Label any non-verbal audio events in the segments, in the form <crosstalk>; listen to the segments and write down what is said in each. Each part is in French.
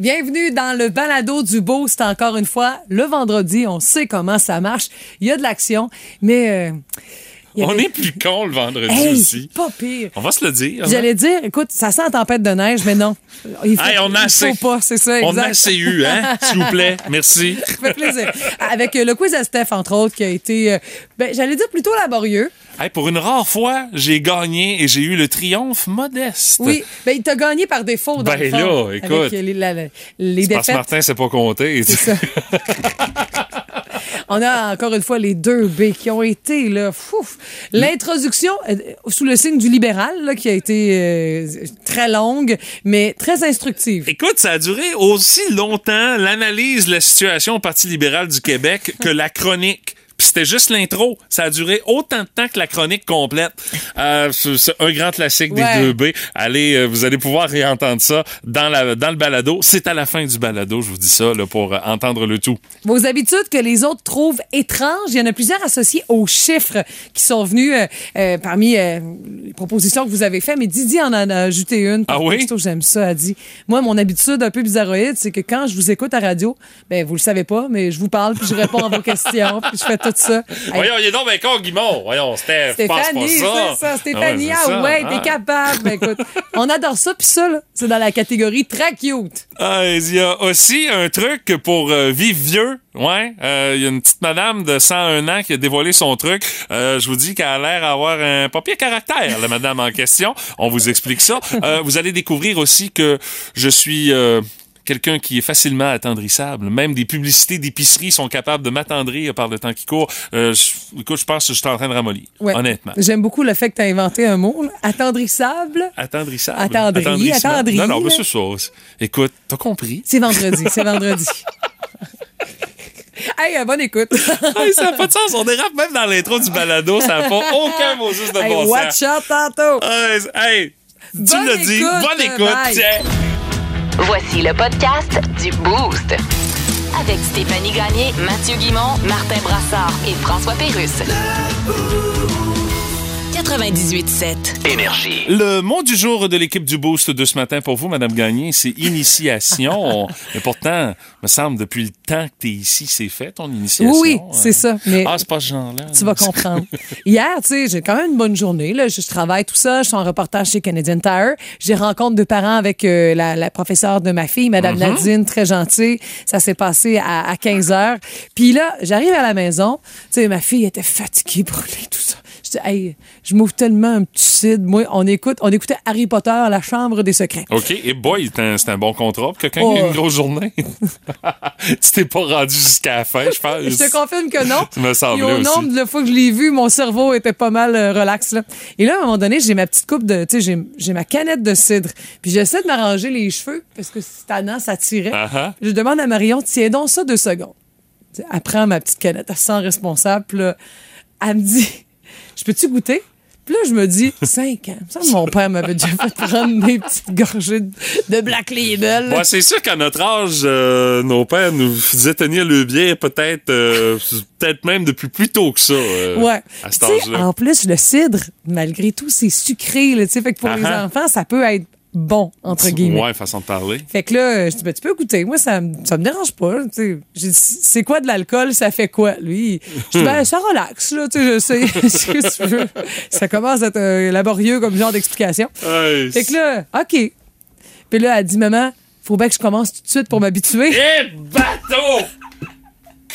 Bienvenue dans le balado du beau. C'est encore une fois le vendredi. On sait comment ça marche. Il y a de l'action, mais. euh, il y On avait- est plus con le vendredi Hey, aussi. Pas pire. On va se le dire. hein? J'allais dire, écoute, ça sent la tempête de neige, mais non. Il faut, Hey, on a il assez. faut pas, c'est ça, exact. On a assez eu, hein? S'il vous plaît. Merci. <laughs> Ça fait plaisir. Avec euh, le quiz à Steph, entre autres, qui a été, euh, ben, j'allais dire plutôt laborieux. Hey, pour une rare fois, j'ai gagné et j'ai eu le triomphe modeste. <laughs> Oui, ben, il t'a gagné par défaut. Dans Ben le fond, là, écoute. avec, euh, les, la- la- les Parce que défaites. Martin, c'est pas compté. ça. <laughs> On a encore une fois les deux B qui ont été là. fouf. L'introduction euh, sous le signe du libéral là, qui a été euh, très longue mais très instructive. Écoute, ça a duré aussi longtemps l'analyse de la situation au Parti libéral du Québec que la chronique. Puis c'était juste l'intro. Ça a duré autant de temps que la chronique complète. Euh, c'est c'est un grand classique des Ouais. 2B. Allez, euh, vous allez pouvoir réentendre ça dans, la, dans le balado. C'est à la fin du balado, je vous dis ça, là, pour euh, entendre le tout. Vos habitudes que les autres trouvent étranges, il y en a plusieurs associées aux chiffres qui sont venus euh, euh, parmi euh, les propositions que vous avez faites, mais Didi en a ajouté une. par Ah oui? texto, J'aime ça, elle dit. Moi, mon habitude un peu bizarroïde, c'est que quand je vous écoute à radio, ben vous le savez pas, mais je vous parle, puis je réponds à vos questions, puis je fais tout ça. Hey, Voyons, il est donc bien con, Guimond. Voyons, Steph, pense pas Stéphanie, ça. c'est ça, Stéphanie, ah c'est ça. ouais, Ah. t'es capable. Ben, écoute, on adore ça, puis ça, là, c'est dans la catégorie très cute. Ah, Il y a aussi un truc pour euh, vivre vieux. Ouais, euh, il y a une petite madame de 101 ans qui a dévoilé son truc. Euh, je vous dis qu'elle a l'air avoir un papier caractère, la madame en question. On vous explique ça. Euh, vous allez découvrir aussi que je suis euh, quelqu'un qui est facilement attendrissable. Même des publicités d'épicerie sont capables de m'attendrir par le temps qui court. Euh, je- écoute, je pense que je suis en train de ramollir, Ouais. honnêtement. J'aime beaucoup le fait que t'as inventé un mot, là. attendrissable. Attendrissable. Attendri, Attendrissement. attendri, Non, non, là. mais c'est ça. Écoute, t'as compris. C'est vendredi, c'est vendredi. hey, euh, bonne écoute. Hey, ça n'a pas de sens. On dérape même dans l'intro du balado. Ça n'a pas <laughs> aucun mot juste de hey, bon watch sens. out tantôt. Hey, hey, tu Bonne l'as dit. écoute, euh, Bonne bye. écoute. Tiens. Voici le podcast du Boost. Avec Stéphanie Gagné, Mathieu Guimont, Martin Brassard et François Pérusse. 98.7. Énergie. Le mot du jour de l'équipe du Boost de ce matin pour vous, Madame Gagné, <laughs> c'est initiation. Et pourtant, me semble, depuis le temps que tu es ici, c'est fait ton initiation. Oui, Euh, c'est ça. Mais Ah, c'est pas ce genre-là. tu vas comprendre. Hier, tu sais, j'ai quand même une bonne journée. Là. Je, je travaille tout ça. Je suis en reportage chez Canadian Tire. J'ai rencontre de parents avec euh, la, la professeure de ma fille, Madame Nadine, très gentille. Ça s'est passé à, à 15 heures. Puis là, j'arrive à la maison. Tu sais, ma fille était fatiguée, brûlée, tout ça. Je dis, hey, je m'ouvre tellement un petit cid. Moi, on écoute, on écoutait Harry Potter, la chambre des secrets. OK, et boy, c'est un, c'est un bon contrat pour quelqu'un qui Oh. a une grosse journée. <laughs> tu t'es pas rendu jusqu'à la fin, je pense. Je te confirme que non. <laughs> Tu me semblais Et au aussi. nombre de fois que je l'ai vu, mon cerveau était pas mal euh, relax. Là. Et là, à un moment donné, j'ai ma petite coupe de. Tu sais, j'ai- j'ai ma canette de cidre. Puis j'essaie de m'arranger les cheveux parce que c'est tannant, ça tirait. Ah ah. Je demande à Marion, tiens donc ça deux secondes. Tu sais, Elle prend ma petite canette, elle se sent responsable. Puis là, elle me dit, je peux-tu goûter? Puis là, je me dis, cinq ans. Il me semble que mon père m'avait déjà fait prendre des petites gorgées de, de Black Label. Bon, c'est sûr qu'à notre âge, euh, nos pères nous faisaient tenir le biais peut-être euh, peut-être même depuis plus tôt que ça. euh, Ouais. À cet Tu sais, âge-là. en plus, le cidre, malgré tout, c'est sucré. Là, tu sais, fait que pour les Ah-ha. enfants, ça peut être bon, entre guillemets. Ouais, façon de parler. Fait que là, je dis, ben, tu peux goûter. Moi, ça, me- ça me dérange pas. tu sais. J'ai dit, c'est quoi de l'alcool? Ça fait quoi? Lui, je dis, ben, ça relaxe, là. Tu sais, <laughs> je sais ce que tu veux. Ça commence à être euh, laborieux comme genre d'explication. Hey, Fait que là, OK. Puis là, elle dit, maman, faut bien que je commence tout de suite pour m'habituer. <laughs> Eh, bateau!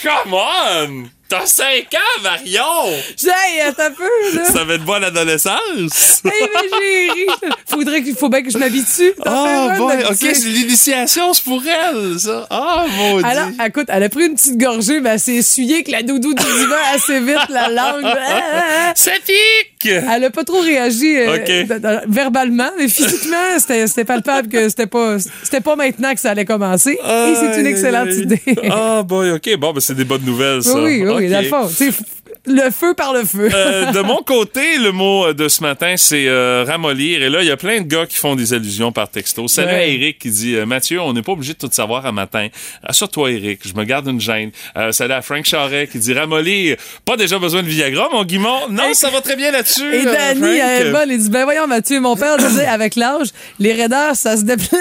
Come on! T'as 5 ans, Marion! Je dis, hey, attends un peu, là. Ça va être bonne adolescence! Hey, mais j'ai ri. Faudrait qu'il faut bien que je m'habitue. T'en Ah, fais bon, un, ok, d'habitude. c'est l'initiation, c'est pour elle, ça! Ah, mon dieu! Alors, écoute, elle a pris une petite gorgée, mais elle s'est essuyée avec la doudou du divan assez vite, la langue. <laughs> Ah, ah, ah. Ça pique! Elle a pas trop réagi euh, Ok. d- d- verbalement, mais physiquement, c'était c'était palpable que c'était pas, c'était pas maintenant que ça allait commencer. Et Ah, c'est une excellente idée. Ah, boy, ok, bon, ben c'est des bonnes nouvelles, Ah, ça. Oui, oui, Ok. dans le fond. tu sais, f- Le feu par le feu. Euh, de mon côté, le mot euh, de ce matin, c'est euh, ramollir. Et là, il y a plein de gars qui font des allusions par texto. Salut Ouais. à Eric qui dit euh, Mathieu, on n'est pas obligé de tout savoir à matin. Assure-toi, Eric, je me garde une gêne. Euh, salut à Frank Charret qui dit Ramollir, pas déjà besoin de Viagra, mon Guimond. Non, ça va très bien là-dessus. Et euh, Danny, Frank. elle est bonne. Elle dit, ben voyons, Mathieu, mon père disait, avec l'âge, les raideurs, ça se déplace.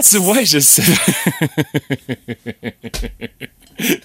C'est- Ouais, je le sais.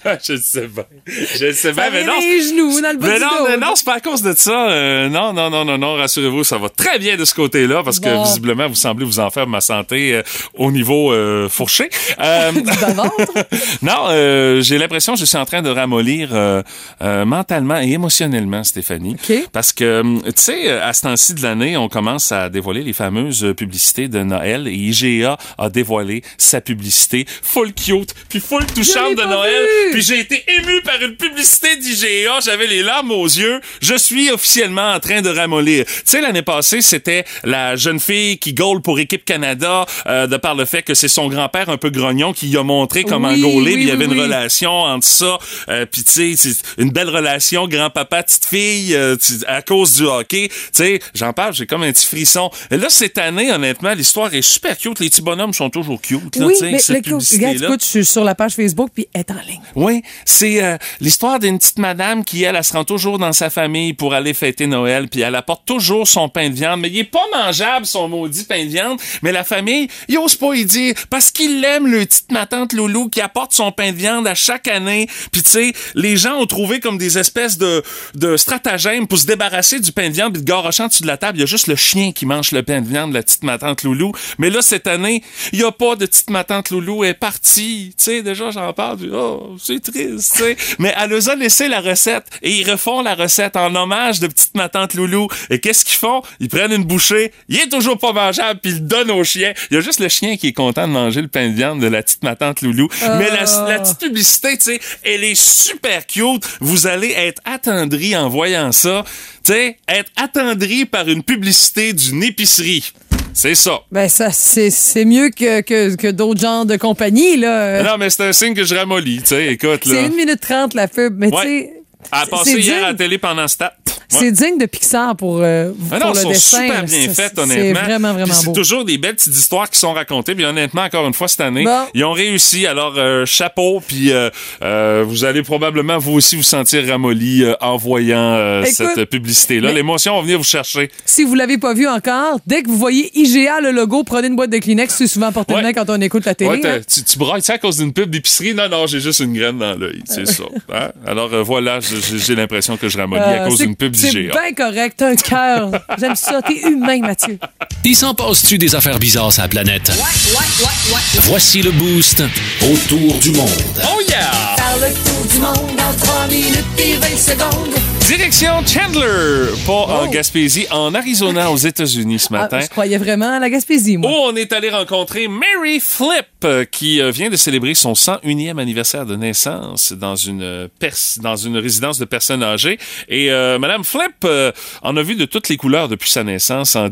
Ah, <laughs> je le sais pas. Je le sais pas, Ça ben, mais vient non. des genoux, dans le bas Mais du non, dos. mais non, c'est pas à cause de ça. Euh, non, non, non, non, non, rassurez-vous, ça va très bien de ce côté-là parce Bon. que visiblement, vous semblez vous en faire ma santé euh, au niveau euh, fourché. Euh, ventre? non, euh, j'ai l'impression que je suis en train de ramollir euh, euh, mentalement et émotionnellement, Stéphanie. OK. Parce que, hum, tu sais, euh, à ce temps-ci de l'année, on commence à dévoiler les fameuses euh, publicités de Noël et IGA a dévoilé sa publicité full cute puis full touchante de pas Noël. vu. Puis j'ai été ému par une publicité d'IGA. J'avais les larmes aux yeux. Je suis officiellement en train de ramollir. Tu sais, l'année passée, c'était la jeune fille qui goal pour Équipe Canada euh, de par le fait que c'est son grand-père un peu grognon qui lui a montré comment Oui, gauler. oui, puis il y avait oui, une oui. relation entre ça. Euh, puis tu sais, c'est une belle relation grand-papa, petite-fille euh, tu- à cause du hockey. Tu sais, j'en parle, j'ai comme un petit frisson. Et là, cette année, honnêtement, l'histoire est super cute. Les petits bonhommes sont toujours cute. Là, oui, tu sais, mais avec cette le regarde, publicité-là. écoute, je suis sur la page Facebook, puis elle est en ligne. Oui, c'est euh, l'histoire d'une petite madame qui, elle, elle se rend toujours dans sa famille pour aller fêter Noël, puis elle apporte toujours son pain de viande, mais il est pas mangeable, son maudit pain de viande, mais la famille, il ose pas y dire, parce qu'il aime le petite matante Loulou qui apporte son pain de viande à chaque année, puis tu sais, les gens ont trouvé comme des espèces de, de stratagèmes pour se débarrasser du pain de viande, puis de garrochant dessus de la table, il y a juste le chien qui mange le pain de viande, la petite matante Loulou, mais là, cette année, il y a pas de petite matante Loulou, elle est partie, tu sais, déjà, j'en parle, puis, oh, c'est triste, tu sais. Mais elle nous a laissé la recette et ils refont la recette en hommage de petite ma tante Loulou. Et qu'est-ce qu'ils font? Ils prennent une bouchée, il est toujours pas mangeable, puis ils le donnent au chien. Il y a juste le chien qui est content de manger le pain de viande de la petite ma tante Loulou. Mais la, la petite publicité, tu sais, elle est super cute. Vous allez être attendri en voyant ça. Tu sais, être attendri par une publicité d'une épicerie. C'est ça. Ben ça, c'est c'est mieux que, que, que d'autres genres de compagnie, là. Non, mais c'est un signe que je ramollis, tu sais, écoute, là. C'est 1 minute 30, la pub, mais Ouais. tu sais... À c'est- passer c'est hier digne. à la télé pendant ce temps. Ouais. C'est digne de Pixar pour, euh, pour Ah non, le elles sont dessin. super là. bien C'est- faites, honnêtement. C'est vraiment, Puis vraiment C'est beau. toujours des belles petites histoires qui sont racontées. Puis honnêtement, encore une fois, cette année, Bon. ils ont réussi. Alors, euh, chapeau. Puis euh, euh, vous allez probablement, vous aussi, vous sentir ramolli euh, en voyant euh, Écoute, cette euh, publicité-là. mais- L'émotion va venir vous chercher. Si vous l'avez pas vu encore, dès que vous voyez IGA, le logo, prenez une boîte de Kleenex. C'est souvent porté Ouais. de main quand on écoute la télé. Ouais, t'as- hein. tu, tu brailles ça à cause d'une pub d'épicerie? Non, non, j'ai juste une graine dans l'œil. Euh. C'est ça. Hein? Alors euh, voilà, je- j'ai j'ai l'impression que je ramollis à Euh, cause c'est- d'une pub C'est d'IGA. bien correct. T'as un cœur. J'aime ça. T'es humain, Mathieu. Il s'en passe-tu des affaires bizarres sur la planète? Voici le boost autour du monde. Oh yeah! Par le tour du monde en 3 minutes et 20 secondes. Oh! Direction Chandler, pas en Gaspésie, en Arizona, aux États-Unis ce matin. Ah, je croyais vraiment à la Gaspésie, Où moi. on est allé rencontrer Mary Flip, euh, qui euh, vient de célébrer son 101e anniversaire de naissance dans une, euh, pers- dans une résidence de personnes âgées. Et euh, Madame Flip euh, en a vu de toutes les couleurs depuis sa naissance en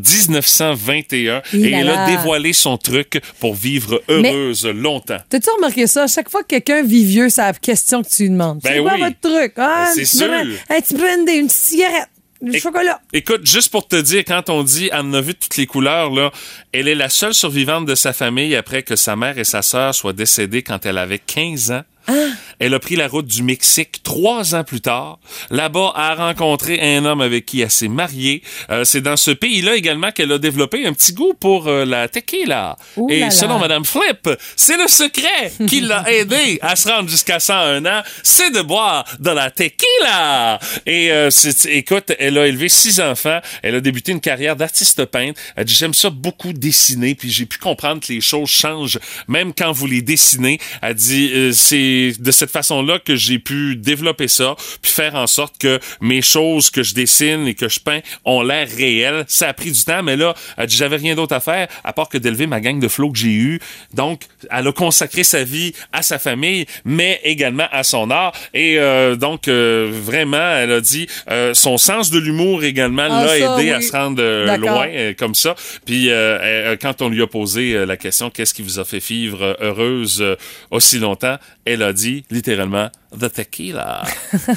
1921. Hi et là elle a là. dévoilé son truc pour vivre heureuse longtemps. T'as-tu remarqué ça? À Chaque fois que quelqu'un vit vieux, c'est la question que tu lui demandes. Ben c'est quoi oui. votre truc? Ah, Ben, un c'est petit brin- sûr. Un petit brandy, une petite cigarette, du Et- <laughs> chocolat. Écoute, juste pour te dire, quand on dit elle en a vu de toutes les couleurs, là, elle est la seule survivante de sa famille après que sa mère et sa sœur soient décédées quand elle avait 15 ans. Ah. Elle a pris la route du Mexique trois ans plus tard. Là-bas, elle a rencontré un homme avec qui elle s'est mariée. Euh, c'est dans ce pays-là également qu'elle a développé un petit goût pour euh, la tequila. Ouh et là là. selon Madame Flip, c'est le secret qui l'a aidé à se rendre jusqu'à 101 ans, c'est de boire de la tequila. Et euh, c'est- écoute, elle a élevé six enfants, elle a débuté une carrière d'artiste peintre. Elle dit j'aime ça beaucoup dessiner, puis j'ai pu comprendre que les choses changent même quand vous les dessinez. Elle dit euh, c'est de cette façon-là que j'ai pu développer ça, puis faire en sorte que mes choses que je dessine et que je peins ont l'air réelles. Ça a pris du temps, mais là, elle dit, j'avais rien d'autre à faire à part que d'élever ma gang de flots que j'ai eu. Donc, elle a consacré sa vie à sa famille, mais également à son art. Et euh, donc, euh, vraiment, elle a dit, euh, son sens de l'humour également Ah, l'a ça, aidé à oui. se rendre euh, D'accord. loin euh, comme ça. Puis, euh, euh, quand on lui a posé euh, la question, qu'est-ce qui vous a fait vivre euh, heureuse euh, aussi longtemps, elle a dit littéralement, the tequila.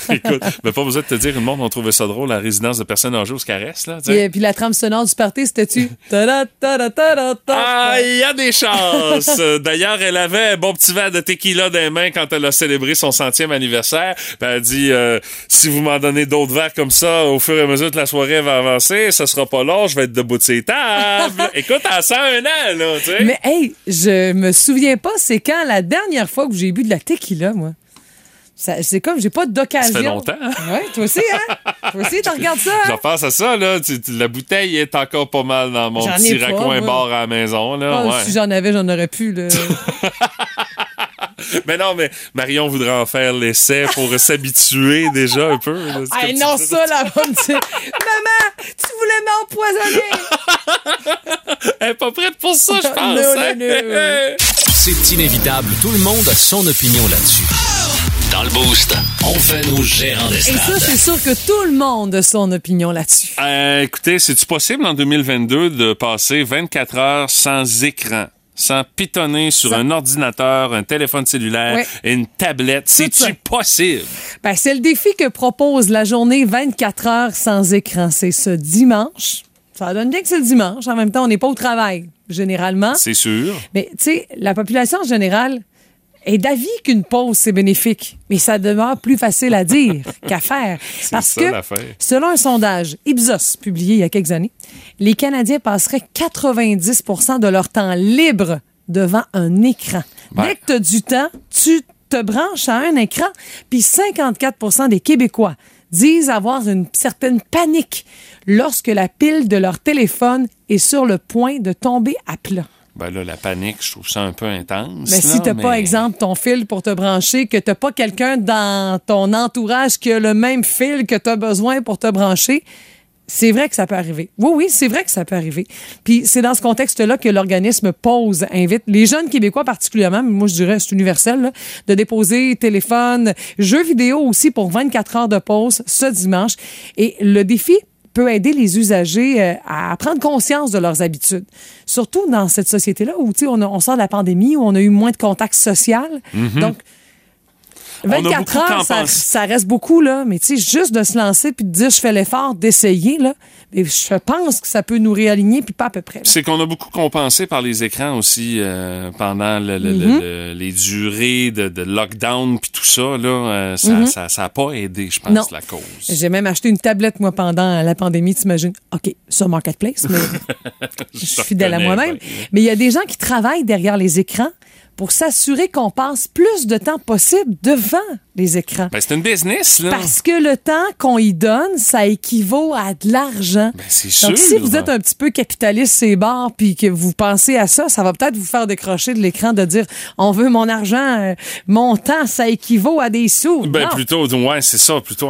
Écoute, mais pas besoin de te dire, le monde a trouvé ça drôle, la résidence de personnes âgées aux caresses, là. tu sais. Et puis la trame sonore du party, <laughs> c'était-tu? Ta-da, ta-da, ta-da, ta. Ah, il y a des chances. Euh, D'ailleurs, elle avait un bon petit verre de tequila dans les mains quand elle a célébré son centième anniversaire. Puis elle a dit, euh, si vous m'en donnez d'autres verres comme ça au fur et à mesure que la soirée va avancer, ça sera pas long, je vais être debout de ces tables. Écoute, à 101 ans, là, tu sais. Mais hey, je me souviens pas, c'est quand la dernière fois que j'ai bu de la tequila, moi. Ça- C'est comme, j'ai pas d'occasion. Ça fait longtemps, hein? <laughs> Ouais, toi aussi, hein? toi aussi, t'en regardes ça, hein? <laughs> J'en pense à ça, là. Tu- tu- la bouteille est encore pas mal dans mon J'en ai petit pas, raccoin moi. bar à la maison, là. Ah, ouais. Si j'en avais, j'en aurais pu, <laughs> là. Mais non, mais Marion voudrait en faire l'essai <laughs> pour s'habituer déjà un peu. là. C'est Hey, comme Ah, non, si- ça, là, va me dire, <laughs> Maman, tu voulais m'empoisonner! Elle est pas prête pour ça, <laughs> je Non, pense. non, hein. non. C'est inévitable. Tout le monde a son opinion là-dessus. Dans le Boost, on fait nos gérants des Et ça, Ah, stades. c'est sûr que tout le monde a son opinion là-dessus. <laughs> Euh, écoutez, c'est-tu possible en 2022 de passer 24 heures sans écran? sans pitonner sur Ça- un ordinateur, un téléphone cellulaire Ouais. et une tablette. ça. C'est-tu possible? Ben, c'est le défi que propose la journée 24 heures sans écran. C'est ce dimanche. Ça donne bien que c'est le dimanche. En même temps, on n'est pas au travail, généralement. C'est sûr. Mais, tu sais, la population en général est d'avis qu'une pause, c'est bénéfique. Mais ça demeure plus facile à <laughs> dire qu'à faire. Parce ça, que, l'affaire. selon un sondage Ipsos publié il y a quelques années, les Canadiens passeraient 90 de leur temps libre devant un écran. Ouais. Dès que tu as du temps, tu te branches à un écran. Puis 54 des Québécois disent avoir une certaine panique lorsque la pile de leur téléphone est sur le point de tomber à plat. Ben là, la panique, je trouve ça un peu intense. Mais si là, t'as pas, mais- exemple, ton fil pour te brancher, que t'as pas quelqu'un dans ton entourage qui a le même fil que t'as besoin pour te brancher, c'est vrai que ça peut arriver. Oui, oui, c'est vrai que ça peut arriver. Puis c'est dans ce contexte-là que l'organisme pose, invite les jeunes Québécois particulièrement, mais moi je dirais c'est universel, là, de déposer téléphone, jeux vidéo aussi pour 24 heures de pause ce dimanche. Et le défi peut aider les usagers euh, à prendre conscience de leurs habitudes. Surtout dans cette société-là où tu sais, on, a- on sort de la pandémie, où on a eu moins de contact social. Donc, Mhm. a 24 beaucoup heures, qu'en ça, penser. ça reste beaucoup, là. Mais tu sais, juste de se lancer puis de dire je fais l'effort d'essayer, là, et je pense que ça peut nous réaligner puis pas à peu près. là. C'est qu'on a beaucoup compensé par les écrans aussi euh, pendant le- le- Mhm. le- le- les durées de, de lockdown puis tout ça là, euh, ça, ça, ça a pas aidé, je pense, Mhm. Non. la cause. J'ai même acheté une tablette, moi, pendant la pandémie, t'imagines. OK, sur Marketplace, <laughs> mais je suis fidèle à reconnais, moi-même. ouais. Mais il y a des gens qui travaillent derrière les écrans pour s'assurer qu'on passe plus de temps possible devant les écrans. Ben, c'est une business là. Parce que le temps qu'on y donne, ça équivaut à de l'argent. Ben, c'est Donc, sûr. si vous êtes un petit peu capitaliste, c'est barres, puis que vous pensez à ça, ça va peut-être vous faire décrocher de l'écran de dire on veut mon argent, euh, mon temps, ça équivaut à des sous. Ben Non. Oh, plutôt, ouais, c'est ça, plutôt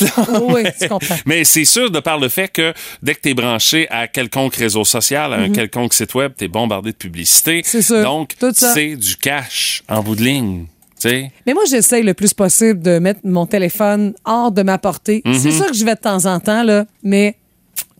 <laughs> Là. Oui, tu comprends. <laughs> Mais c'est sûr, de par le fait que dès que tu es branché à quelconque réseau social, à un quelconque site web, tu es bombardé de publicité. Mhm. C'est sûr. Donc, Tout ça. c'est du cash en bout de ligne. Tu sais, Mais moi, j'essaye le plus possible de mettre mon téléphone hors de ma portée. Mhm. C'est sûr que je vais de temps en temps, là, mais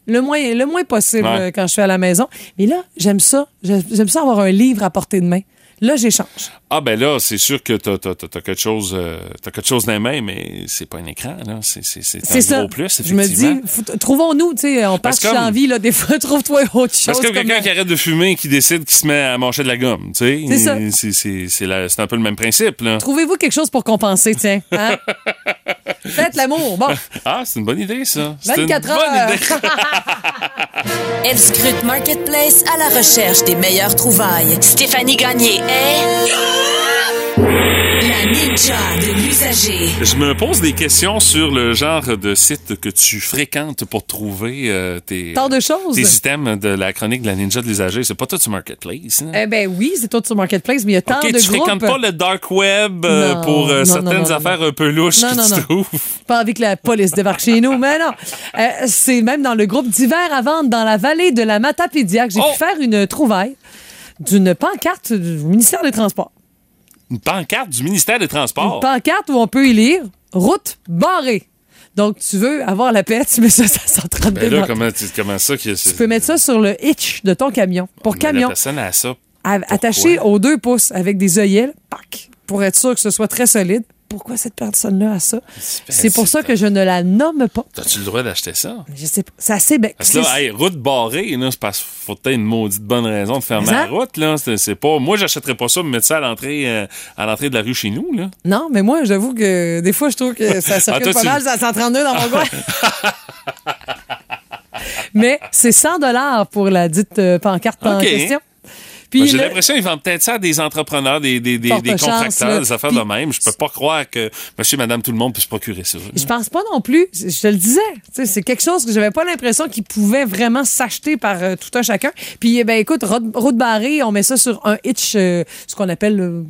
le moins, le moins possible Ouais. euh, quand je suis à la maison. Mais là, j'aime ça. J'aime j'aime ça avoir un livre à portée de main. Là, j'échange. Ah ben là, c'est sûr que t'as t'as- t'as- t'as quelque chose, euh, t'as quelque chose dans les mains, mais c'est pas un écran là, c'est c'est c'est un C'est ça. gros plus je me effectivement. dis, faut- trouvons-nous, tu sais, on passe Parce que comme- l'envie, là, des fois, <laughs> trouve-toi autre chose. Parce que comme- quelqu'un qui arrête de fumer, qui décide qu'il se met à manger de la gomme, tu C'est ça. sais, c'est c'est c'est la- c'est un peu le même principe là. Trouvez-vous quelque chose pour compenser, tiens. <laughs> hein? Faites l'amour. Bon, Ah, c'est une bonne idée ça. C'est une 24 bonne idée. <laughs> heures. Elle scrute Marketplace à la recherche des meilleures trouvailles. Stéphanie Gagné est la ninja de l'usager. Je me pose des questions sur le genre de site que tu fréquentes pour trouver euh, tes Tant de choses. tes items de la chronique de la ninja de l'usager. C'est pas tout sur marketplace. là. Eh ben oui, c'est tout sur Marketplace, mais il y a tant OK, de tu groupes. fréquentes pas le dark web euh, Non, pour euh, non, non, certaines non, non, affaires un peu louches Non, que non, tu non. trouves. <laughs> Pas envie que la police débarque chez nous, mais non. Euh, c'est même dans le groupe d'hiver à vendre dans la vallée de la Matapédia que j'ai Oh! pu faire une trouvaille d'une pancarte du ministère des Transports. Une pancarte du ministère des Transports. Une pancarte où on peut y lire route barrée. Donc, tu veux avoir la paix, tu mets ça à 132 Ben là, dans- comment, tu- comment ça que Tu peux mettre ça sur le hitch de ton camion. Pour La camion, personne a ça. à- attaché aux deux pouces avec des œillets, là, pac, pour être sûr que ce soit très solide. pourquoi cette personne-là a ça. C'est pour ça hein. que je ne la nomme pas. T'as-tu le droit d'acheter ça? Je sais pas. C'est à Sébec. Parce que là, hey, route barrée, là, c'est parce qu'il faut peut-être une maudite bonne raison de fermer la Exact. route, là. C'est, c'est pas. Moi, j'achèterais pas ça, me mettre ça à l'entrée, euh, à l'entrée de la rue chez nous, là. Non, mais moi, j'avoue que des fois, je trouve que <laughs> ça circule Ah, toi, pas tu- mal, ça 132 dans <laughs> mon coin. mais c'est 100 dollars pour la dite euh, pancarte en OK. question. Ben, Puis j'ai le- l'impression qu'ils vendent peut-être ça à des entrepreneurs, des, des, des, Forte des chance, contracteurs, là. des affaires Puis- de même. Je peux pas croire que monsieur, madame, tout le monde puisse procurer ça. Je pense pas non plus. Je je te le disais. Tu sais, C'est quelque chose que j'avais pas l'impression qu'il pouvait vraiment s'acheter par euh, tout un chacun. Puis, eh ben écoute, route, route barrée, on met ça sur un hitch, euh, ce qu'on appelle euh,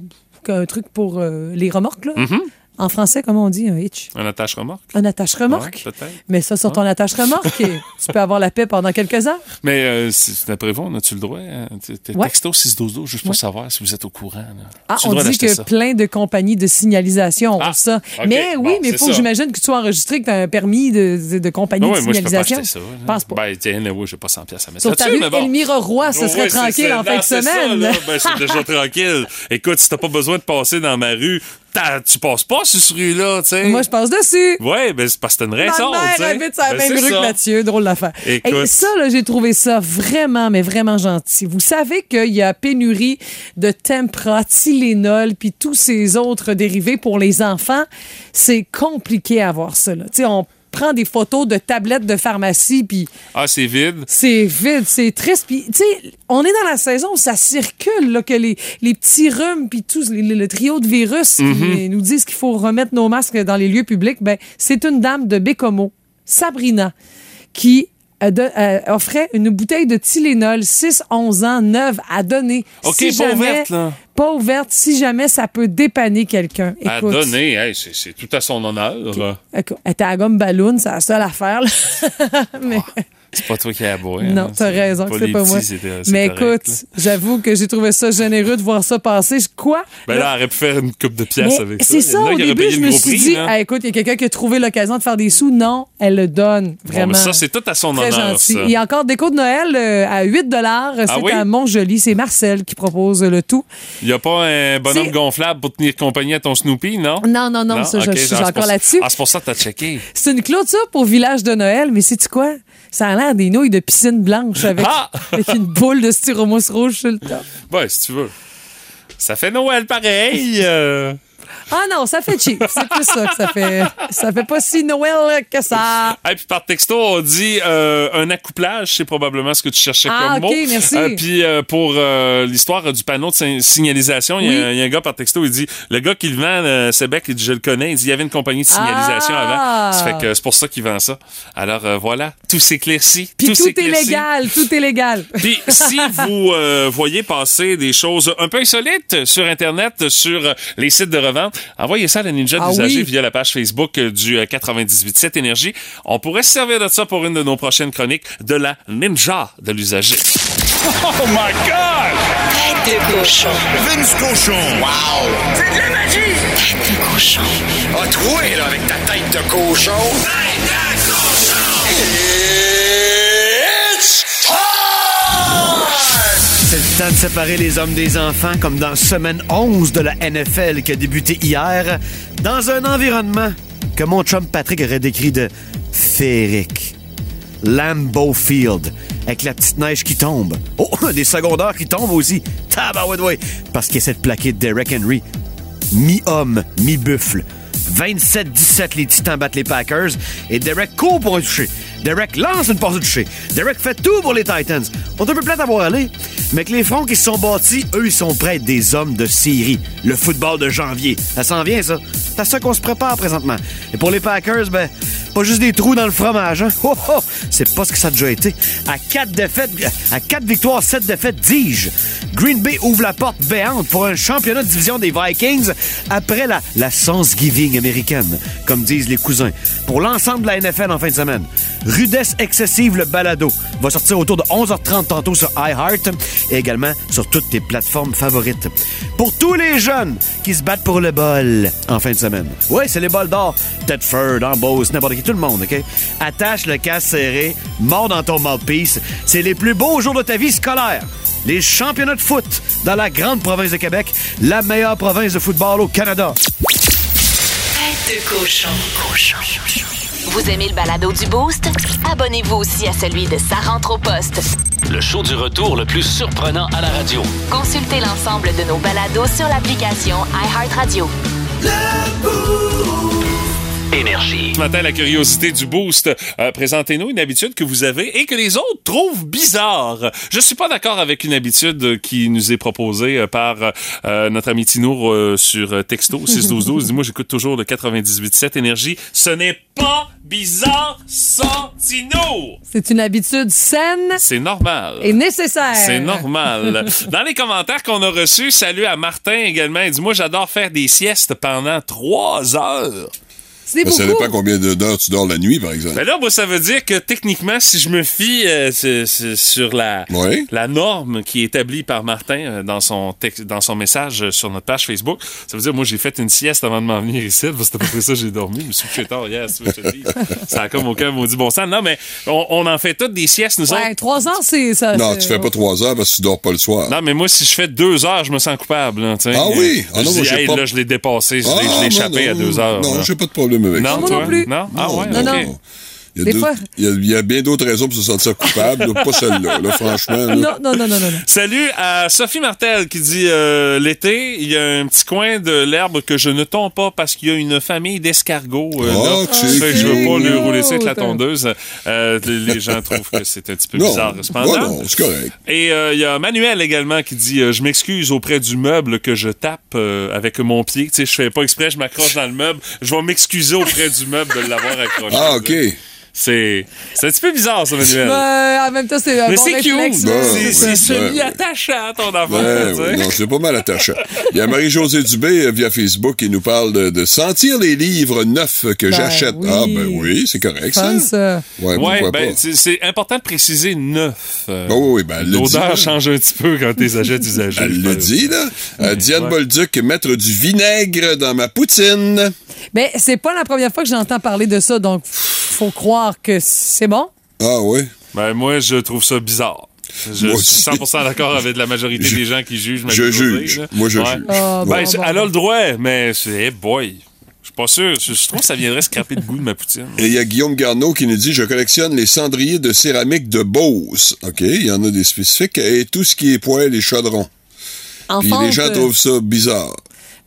un truc pour euh, les remorques. Là. Mm-hmm. En français, comment on dit un hitch? Un attache remorque. Un attache-remorque. Ouais, peut-être. Mais ça sur ton Ah. <laughs> attache-remorque, et tu peux avoir la paix pendant quelques heures. Mais euh, c'est c'est après vous, on a-tu le droit? hein? T'es- t'es Ouais. Texto 612 juste pour savoir si vous êtes au courant. là. Ah, As-tu le on droit dit d'acheter que ça? plein de compagnies de signalisation ont Ah, ça. ok. Mais oui, Bon, mais c'est faut que ça. j'imagine que tu sois enregistré, que tu as un permis de, de- de compagnie Ah ouais, de moi, je peux pas signalisation. acheter ça. là. Pense pas. Ben, tiens, oui, j'ai pas 100 pièces à mettre Sauf que t'as là-dessus, vu mais bon. Oh, Elmira Roy, ce Ouais, serait c'est ça. tranquille en Non, fin de c'est ça, semaine. là. ben, c'est <laughs> déjà tranquille. Écoute, si t'as pas besoin de passer dans ma rue, t'as- tu passes pas sur ce rue-là, tu sais. Moi, je passe dessus. Ouais, ben, c'est parce que t'as une raison, Ma tu mère sais. habite sur la Ben, même c'est rue ça. que Mathieu. Drôle d'affaire. Et Écoute. ça, là, j'ai trouvé ça vraiment, mais vraiment gentil. Vous savez qu'il y a pénurie de Tempra, Tylenol, puis tous ces autres dérivés pour les enfants. C'est compliqué à avoir ça. là. Tu sais, on prend des photos de tablettes de pharmacie, puis Ah, c'est vide. c'est vide, c'est triste. Puis, tu sais, on est dans la saison où ça circule, là, que les, les petits rhumes, puis tout, le, le trio de virus Mhm. qui nous disent qu'il faut remettre nos masques dans les lieux publics. Ben, c'est une dame de Bécomo, Sabrina, qui euh, de- euh, offrait une bouteille de Tylenol 6, 11 ans, neuve à donner. OK, pas ouverte, là. Pas ouverte, si jamais ça peut dépanner quelqu'un. À Écoute, donner, hey, c'est c'est tout à son honneur. écoute, Elle était à gomme ballon, c'est la seule affaire. là. <laughs> Mais... C'est pas toi qui as à boire. Non, hein. t'as raison, que c'est les pas petits, moi. c'est- c'est Mais correct, là. écoute, j'avoue que j'ai trouvé ça généreux de voir ça passer. Je quoi? Ben là, elle aurait pu faire une coupe de Mais pièces avec ça. c'est Il y ça, en a au qui auraient début, payé je le me gros suis prix, hein. dit, là. Ah, écoute, il y a quelqu'un qui a trouvé l'occasion de faire des sous. Non, elle le donne. Bon, Vraiment. mais ça, c'est tout à son Très honneur. gentil. ça. Ah Il y a encore des cours de Noël euh, à 8 C'est oui? à Montjoli. C'est Marcel qui propose le tout. Il n'y a pas un bonhomme C'est- gonflable pour tenir compagnie à ton Snoopy, non? Non, non, non, ça, je- Ok, je suis ah, c'est encore pour ça- là-dessus. Ah, c'est pour ça que t'as checké. C'est une clôture pour village de Noël, mais sais-tu quoi? Ça a l'air des nouilles de piscine blanche avec, Ah! avec une boule de styromousse rouge sur le top. Ouais, si tu veux. Ça fait Noël pareil. euh. Ah non, ça fait cheap. C'est plus ça que ça fait. Ça fait pas si Noël que ça. Hey, puis par texto, on dit euh, un accouplage, c'est probablement ce que tu cherchais Ah, comme ok, mot. merci. Euh, puis euh, pour euh, l'histoire du panneau de sin- signalisation, il y a Oui. un- il y, a un gars par texto, il dit le gars qui le vend, euh, Sébec, il dit je le connais, il dit il y avait une compagnie de signalisation Ah. avant. Ça fait que c'est pour ça qu'il vend ça. Alors euh, voilà, tout s'éclaircit. Puis tout, est s'éclaircit. légal, tout est légal. Puis si vous euh, voyez passer des choses un peu insolites sur Internet, sur euh, les sites de revente, envoyez ça à la Ninja Ah de l'usager oui. via la page Facebook euh, du euh, 98.7 Énergie. On pourrait se servir de ça pour une de nos prochaines chroniques de la Ninja de l'usager. Oh my God! Tête de cochon. Vince cochon. Wow! C'est de la magie! Tête de cochon. A troué, là, avec ta tête de cochon. Tête de cochon! It's time! C'est le temps de séparer les hommes des enfants, comme dans semaine 11 de la NFL qui a débuté hier, dans un environnement que mon chum Patrick aurait décrit de féerique. Lambeau Field, avec la petite neige qui tombe. Oh, <laughs> des secondaires qui tombent aussi. Tabarouette, ouais. Parce qu'il essaie de plaquer Derek Henry. Mi-homme, mi-buffle. 27-17, les Titans battent les Packers. Et Derek court pour un toucher. Derek lance une passe de toucher. Derek fait tout pour les Titans. On est un peu plate à voir aller, mais que les fronts qui se sont bâtis, eux, ils sont prêts à être des hommes de série. Le football de janvier. Ça s'en vient, ça. C'est à ça qu'on se prépare présentement. Et pour les Packers, ben, pas juste des trous dans le fromage, hein? Oh, oh! C'est pas ce que ça a déjà été. À quatre défaites, à quatre victoires, sept défaites, dis-je. Green Bay ouvre la porte béante pour un championnat de division des Vikings après la, la Thanksgiving américaine, comme disent les cousins, pour l'ensemble de la NFL en fin de semaine. Rudesse excessive, le balado, va sortir autour de 11h30 tantôt sur iHeart et également sur toutes tes plateformes favorites. Pour tous les jeunes qui se battent pour le bol en fin de semaine. Oui, c'est les bols d'or. Tedford, Ambos, n'importe qui, tout le monde, OK? Attache le casque serré, mort dans ton mouthpiece. C'est les plus beaux jours de ta vie scolaire. Les championnats de foot dans la grande province de Québec, la meilleure province de football au Canada. de cochon. Vous aimez le balado du Boost? Abonnez-vous aussi à celui de Sa rentre au poste. Le show du retour le plus surprenant à la radio. Consultez l'ensemble de nos balados sur l'application iHeartRadio. Énergie. Ce matin, la curiosité du boost. Euh, Présentez-nous une habitude que vous avez et que les autres trouvent bizarre. Je suis pas d'accord avec une habitude euh, qui nous est proposée euh, par euh, notre ami Tinour euh, sur euh, texto 61212. Dis-moi, j'écoute toujours le 98.7 énergie. Ce n'est pas bizarre sans Tinour. C'est une habitude saine C'est normal. et nécessaire. C'est normal. Dans les commentaires qu'on a reçus, salut à Martin également. Il dit Moi, j'adore faire des siestes pendant trois heures. C'est Ben, ça beaucoup. dépend combien de- d'heures tu dors la nuit, par exemple. Ben là, moi, ça veut dire que techniquement, si je me fie euh, sur- sur sur la, Oui. la norme qui est établie par Martin euh, dans son, texte, dans son message euh, sur notre page Facebook, ça veut dire moi, j'ai fait une sieste avant de m'en venir ici, parce que c'est à peu près ça que j'ai dormi. Je me suis couché tard hier, si tu veux que je te dise. Ça a comme aucun maudit bon sens. Non, mais on, on en fait toutes des siestes, nous Ouais, autres. trois ans, c'est ça. Non, c'est- tu fais pas trois heures parce que tu dors pas le soir. Non, mais moi, si je fais deux heures, je me sens coupable. là, tu sais. Ah oui? Ah je non, dis, moi, j'ai hey, pas- là, je l'ai dépassé, je l'ai- Ah, je l'ai moi, échappé à non. deux heures. Non, là. j'ai pas de problème avec ça. Non, Moi toi? non plus. Non? Ah ouais, non, ok. non. Il y, a Des deux- fois- il y a- il y a bien d'autres raisons pour se sentir coupable, là, pas celle-là, là, franchement. là. Non, non, non, non, non. non. Salut à Sophie Martel qui dit euh, l'été, il y a un petit coin de l'herbe que je ne tombe pas parce qu'il y a une famille d'escargots euh, Oh, là. que Ça c'est fait que je veux pas cute. lui rouler dessus avec la tondeuse. Euh, les les gens trouvent que c'est un petit peu Non, bizarre Ouais, cependant. non, c'est correct. Et euh, il y a Manuel également qui dit euh, je m'excuse auprès du meuble que je tape euh, avec mon pied, tu sais je fais pas exprès, je m'accroche dans le meuble, je vais m'excuser auprès du meuble de l'avoir accroché. Ah, OK. C'est c'est un petit peu bizarre ça Manuel. Ouais, en même temps, c'est un Mais bon c'est réflexe, cute! là. Bon, C'est- ouais, C'est ouais, celui ouais. attachant, ton enfant. Ouais, tu Ben, sais. ouais, non, c'est pas mal attachant. Il y a Marie-Josée Dubé euh, via Facebook qui nous parle de, de sentir les livres neufs que Ben j'achète. oui. Ah, ben oui, c'est correct, Fun, ça. ça. Ouais, Ouais, pourquoi ben, pas. c'est- c'est important de préciser neuf. Euh, Ben oui, oui, ben, elle le dit. L'odeur là. change un petit peu quand tes achètes usagés. Elle le dit, là. Euh, Diane ouais. Bolduc, mettre du vinaigre dans ma poutine. Mais c'est pas la première fois que j'entends parler de ça, donc faut croire que c'est bon. Ah, oui. Ben, moi, je trouve ça bizarre. Je suis Moi aussi. 100% d'accord avec la majorité Je- des gens qui jugent. ma je communauté, juge. là. Moi, je juge. Ah, Ben, bon, c'est- bon, elle a bon. le droit, mais c'est, hey boy, je suis pas sûr. Je, je trouve que ça viendrait scraper le goût de ma poutine. Et il y a Guillaume Garneau qui nous dit Je collectionne les cendriers de céramique de Beauce. OK, il y en a des spécifiques. Et tout ce qui est poêle et chaudron. En Puis les fonte, gens euh, trouvent ça bizarre.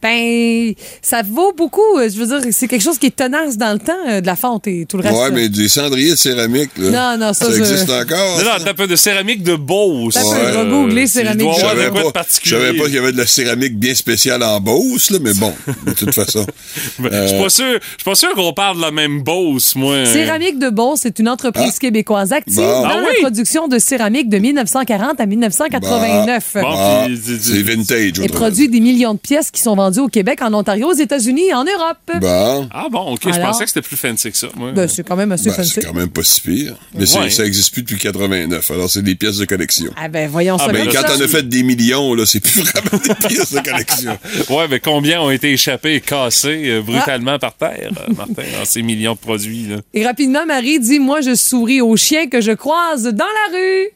Ben, ça vaut beaucoup. euh, Je veux dire, c'est quelque chose qui est tenace dans le temps, euh, de la fonte et tout le reste. Ouais, là. mais des cendriers de céramique, là. Non, non, ça, Ça je- existe Non, encore. ça? non, t'as un peu de céramique de Beauce. T'as un peu, Euh, je vais googler il doit céramique y Je avoir de savais quoi de pas, je particulier. savais pas qu'il y avait de la céramique bien spéciale en Beauce, là, mais bon, de toute façon. Ben, Je Euh, suis pas sûr, je suis pas sûr qu'on parle de la même Beauce, moi. Céramique de Beauce est une entreprise québécoise active Ah. Bon. dans Ah oui? la production de céramique de 1940 à 1989. <laughs> Bon. Ah, puis- c'est vintage, et autrement produit des millions de pièces qui sont vendues au Québec, en Ontario, aux États-Unis et en Europe. dit. Bon, Ah bon, ok, je Alors? pensais que c'était plus fancy que ça. Moi. Ben, c'est quand même assez ben, fancy. c'est quand même pas si pire. Mais c'est- Ouais. ça existe plus depuis 89, alors c'est des pièces de collection. Ah ben, voyons Ah ça ben, Mais comme quand ça. on a fait des millions, là, c'est plus <laughs> vraiment des pièces de collection. <laughs> Ouais, mais combien ont été échappés et cassés euh, brutalement Ah! par terre, euh, Martin, dans ces millions de produits? Là. Et rapidement, Marie dit, moi, je souris aux chiens que je croise dans la rue.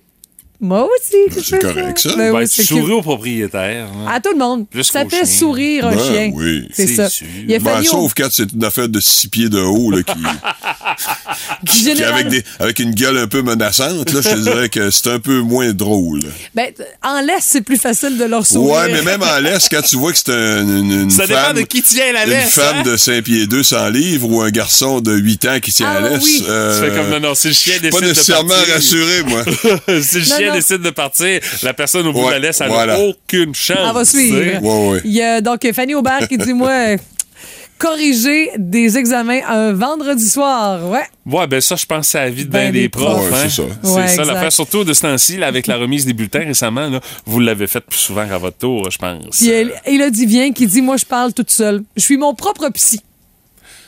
Moi aussi, que je Bah, c'est fais correct, ça. Ben Ben, oui, tu c'est Ah! souris cute. au propriétaire. hein. À tout le monde. Jusqu'au ça fait chien. sourire un Ben chien. oui. C'est C'est ça. sûr. Il y a Ben, fallu au- sauf quand c'est une affaire de six pieds de haut, là, qui, qui qui généralement- avec, des, avec une gueule un peu menaçante, là, je te dirais que c'est un peu moins drôle. Ben, en laisse, c'est plus facile de leur sourire. Ouais, mais même en laisse, quand tu vois que c'est un- une, une Ça dépend femme, de qui tient la une laisse, femme hein? de 5 pieds 2 100 livres ou un garçon de 8 ans qui tient Ah la laisse, oui. euh, Tu fais comme, non, non, si le chien pas décide de nécessairement partir... rassuré, moi. <laughs> si le Non, chien non. décide de partir, la personne au bout Ouais, de la laisse, elle voilà. n'a aucune chance. Elle va suivre. tu sais. Ouais, ouais. Il y a donc Fanny Aubert qui dit, moi, euh, corriger des examens un vendredi soir. Ouais. Ouais, ben ça, je pense que c'est la vie de bien Ben des des profs. profs. Ouais, hein. c'est ça. C'est Ouais, ça exact. l'affaire. Surtout de ce temps-ci, là, avec la remise des bulletins récemment, là, vous l'avez fait plus souvent qu'à votre tour, je pense. Puis elle- Elodie vient qui dit, moi, je parle toute seule. Je suis mon propre psy.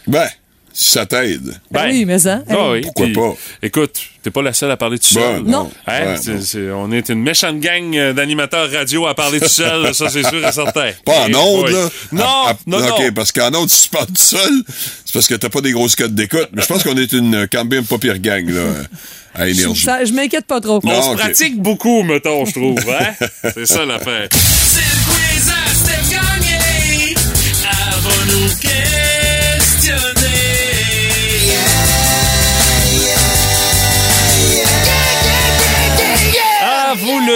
Ben, ça t'aide. Ben oui, mais ça. Ah oui, Pourquoi puis, pas? Écoute, t'es pas la seule à parler tout Ben, seul. Non. Hein, Ben, c'est- non. c'est- on est une méchante gang euh, d'animateurs radio à parler tout seul, Hein, ben, ça c'est sûr et certain. <laughs> Pas en Et ondes, oui. là. Non, À- à- non, OK, non. parce qu'en ondes, si tu parles tout seul, c'est parce que t'as pas des grosses cotes d'écoute. Mais je pense qu'on est une euh, quand même pas pire gang, là, euh, à énergie. Ça, je m'inquiète pas trop. Non. On se OK. pratique beaucoup, mettons, je trouve. Hein? c'est ça l'affaire. C'est le quiz à Steph Gagné. Avant nos questions. Ah,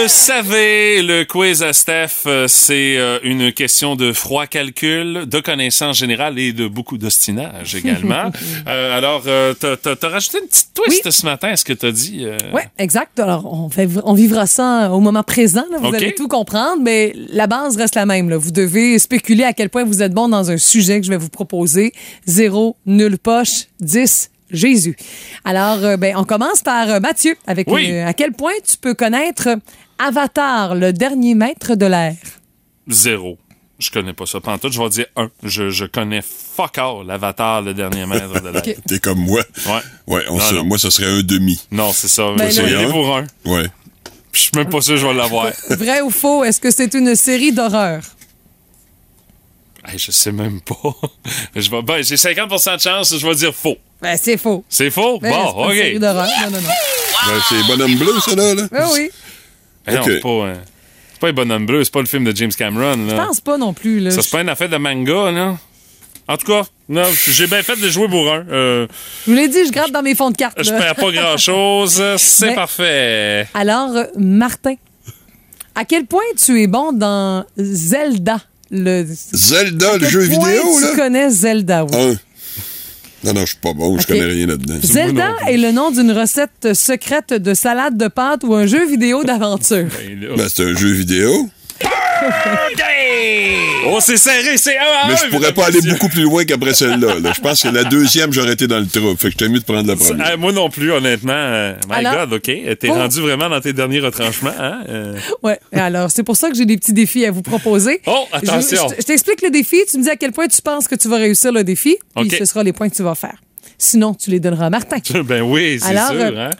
savez, le quiz à Steph, euh, c'est euh, une question de froid calcul, de connaissances générales et de beaucoup <laughs> d'ostinage également. Euh, alors, euh, t'as- t'as t'as rajouté une petite twist ce matin à ce que t'as dit. euh, Oui, exact. Alors, on, fait- on vivra ça au moment présent. là. Vous OK. allez tout comprendre, mais la base reste la même. là. Vous devez spéculer à quel point vous êtes bon dans un sujet que je vais vous proposer. Zéro, nulle poche, 10, Jésus. Alors, euh, ben, on commence par euh, Mathieu, avec Oui. une- à quel point tu peux connaître euh, Avatar, le dernier maître de l'air. Zéro. Je connais pas ça. Pantoute, je vais dire un. Je, je connais fuck all l'avatar, le dernier maître de l'air. <laughs> Ok. T'es comme moi. Ouais. Ouais, on Non, se- non. moi, ça serait un demi. Non, c'est ça. Ben Mais non. soyez pour un. Ouais. Je suis même pas sûr que je <laughs> vais l'avoir. Vrai ou faux, est-ce que c'est une série d'horreur? Hey, je sais même pas. <laughs> Je vais, ben, j'ai 50 de chance, je vais dire faux. Ben, c'est faux. C'est faux? Ben, c'est bon, pas OK. Une série d'horreur. Non, non, non. Ben, c'est Bonhomme Bleu, ça, là. là. Ben oui, Ben non, OK. c'est pas, un- c'est pas un bonhomme bleu, c'est pas le film de James Cameron. je Là. pense pas non plus. Là. Ah. Ça, c'est pas une affaire de manga, là. En tout cas, non, j'ai bien fait de jouer pour un. Euh, Je vous l'ai dit, je gratte dans mes fonds de cartes. je là. perds pas grand-chose. C'est Ben- parfait. Alors, euh, Martin, à quel point tu es bon dans Zelda? Le... Zelda, le Quel jeu point vidéo, tu là. Ah, connais Zelda, oui. Un. Non, non, je suis pas bon, je Ok. connais rien là-dedans. Zelda est le nom d'une recette secrète de salade de pâte ou un jeu vidéo <laughs> d'aventure. Ben, c'est un jeu vidéo. Oh, c'est serré, c'est un à Mais je un, pourrais mesdames, pas aller messieurs. beaucoup plus loin qu'après celle-là. là. Je pense que la deuxième, j'aurais été dans le trouble. Fait que j'étais mieux de prendre la Ah, première. moi non plus, honnêtement. Euh, my Alors- God, OK. T'es Oh. rendu vraiment dans tes derniers retranchements, hein? Euh, <laughs> Ouais. Alors, c'est pour ça que j'ai des petits défis à vous proposer. Oh, attention. Je, je- je t'explique le défi, tu me dis à quel point tu penses que tu vas réussir le défi, puis Ok. ce sera les points que tu vas faire. Sinon, tu les donneras à Martin. ben oui, c'est Alors, sûr, euh, hein?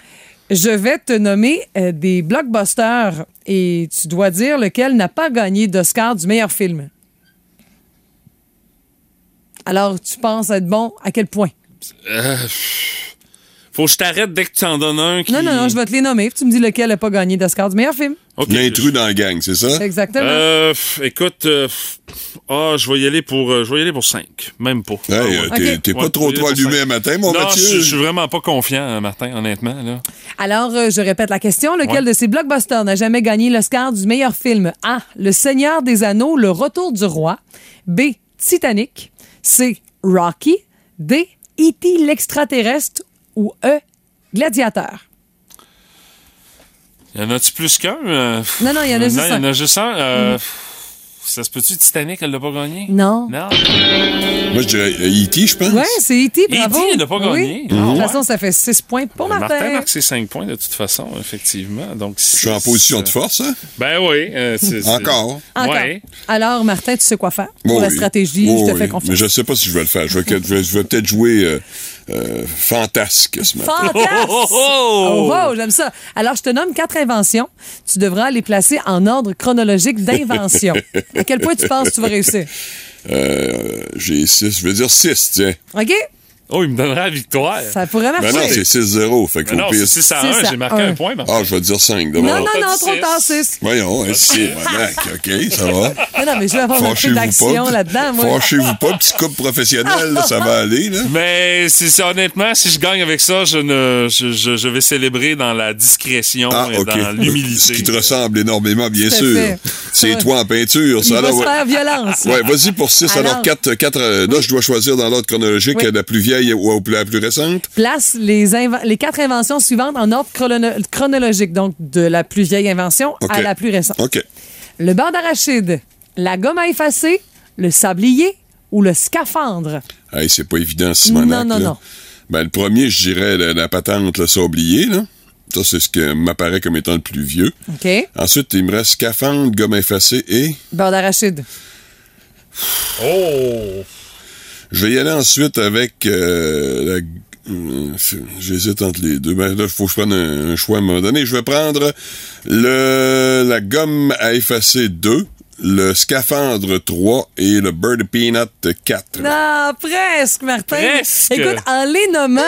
Je vais te nommer euh, des blockbusters et tu dois dire lequel n'a pas gagné d'Oscar du meilleur film. Alors, tu penses être bon à quel point? Faut que je t'arrête dès que tu en donnes un qui... Non, non, non, je vais te les nommer. puis Tu me dis lequel n'a pas gagné d'Oscar du meilleur film. Ah, OK. L'intrus dans la gang, c'est ça? Exactement. Euh, pff, écoute, euh, pff, ah, je vais y aller pour, euh, je vais y aller pour 5. Même pas. Hey, Ah euh, ouais. t'es- Ok. T'es pas Ouais, trop je vais y toi aller pour allumé, cinq. matin, mon Non, je je Mathieu. suis vraiment pas confiant, euh, Martin, honnêtement. Là. Alors, euh, je répète la question. Lequel Ouais. de ces blockbusters n'a jamais gagné l'Oscar du meilleur film? A. Le Seigneur des Anneaux, Le Retour du Roi. B. Titanic. C. Rocky. D. E.T. l'extraterrestre. Ou E. Gladiateur. Y en a-tu plus qu'un? euh? Non, non, il y en a juste Non, un. Mm. y en a juste un. euh, Ça se peut-tu, Titanic, elle l'a pas gagné? Non. Non. Moi, je dirais euh, E.T., je pense. Ouais, c'est E.T. E.T., Bravo. E il n'a pas gagné. Oui. Ah, De toute ouais. Euh, façon, ça fait 6 points pour Martin. Martin marque ses 5 points de toute façon, effectivement. Donc, Je suis en position de force, hein? Ben oui. euh, c'est- c'est- Encore. Encore. Ouais. Alors, Martin, tu sais quoi faire pour Oui, la oui. stratégie. Oui, je te oui. fais confiance. Mais je sais pas si je vais le faire. Je vais, que- je vais- je vais peut-être jouer euh, euh, fantasque ce matin. Fantastique! Oh, oh, oh! Oh, wow, j'aime ça. Alors, je te nomme quatre inventions. Tu devras les placer en ordre chronologique <laughs> d'invention. à quel point tu penses que tu vas réussir? Euh, J'ai 6, je vais dire 6, tiens. OK? Oh, il me donnera la victoire. Ça pourrait Ben marcher. non, c'est 6-0, fait Ben qu'au non, c'est pire... 6 à Six 1. à J'ai marqué un. un point, Martin. Ah, je vais dire 5, non, non, d'abord. non, trop Six. tard, six. Voyons, hein, si, ouais, <laughs> mec, OK, ça va. Non, non, mais je vais avoir un peu Fâchez-vous d'action pas. là-dedans, moi. Fâchez-vous pas, petit couple professionnel, là, ça va aller, là. Mais si, si- honnêtement, si je gagne avec ça, je ne, je, je- je vais célébrer dans la discrétion Ah, et OK. dans Ce qui l'humilité. te ressemble énormément, bien Tout à sûr. fait. C'est toi en peinture, Il ça, va là, se ouais. faire violence. Ouais, vas-y pour 6, alors Alors- 4, 4, là, je dois choisir dans l'ordre chronologique Oui. la plus vieille ou ou la plus récente. Place les, inven- les quatre inventions suivantes en ordre chrono- chronologique, donc de la plus vieille invention OK. Ah. à la plus récente. OK. Le banc d'arachide, la gomme à effacer, le sablier ou le scaphandre? Hey, c'est pas évident, Simonac. Non, non, là. non. Ben, le premier, je dirais la, la patente, le sablier, là. Ça, c'est ce qui m'apparaît comme étant le plus vieux. OK. Ensuite, il me reste scaphandre, gomme effacée et... Beurre d'arachide. Je vais y aller ensuite avec euh, la... euh, J'hésite entre les deux. Ben là, faut que je prenne un, un choix à un moment donné. Je vais prendre le la gomme à effacer 2, le scaphandre 3 et le bird peanut 4. Ah, presque, Martin. Presque. Écoute, en les nommant,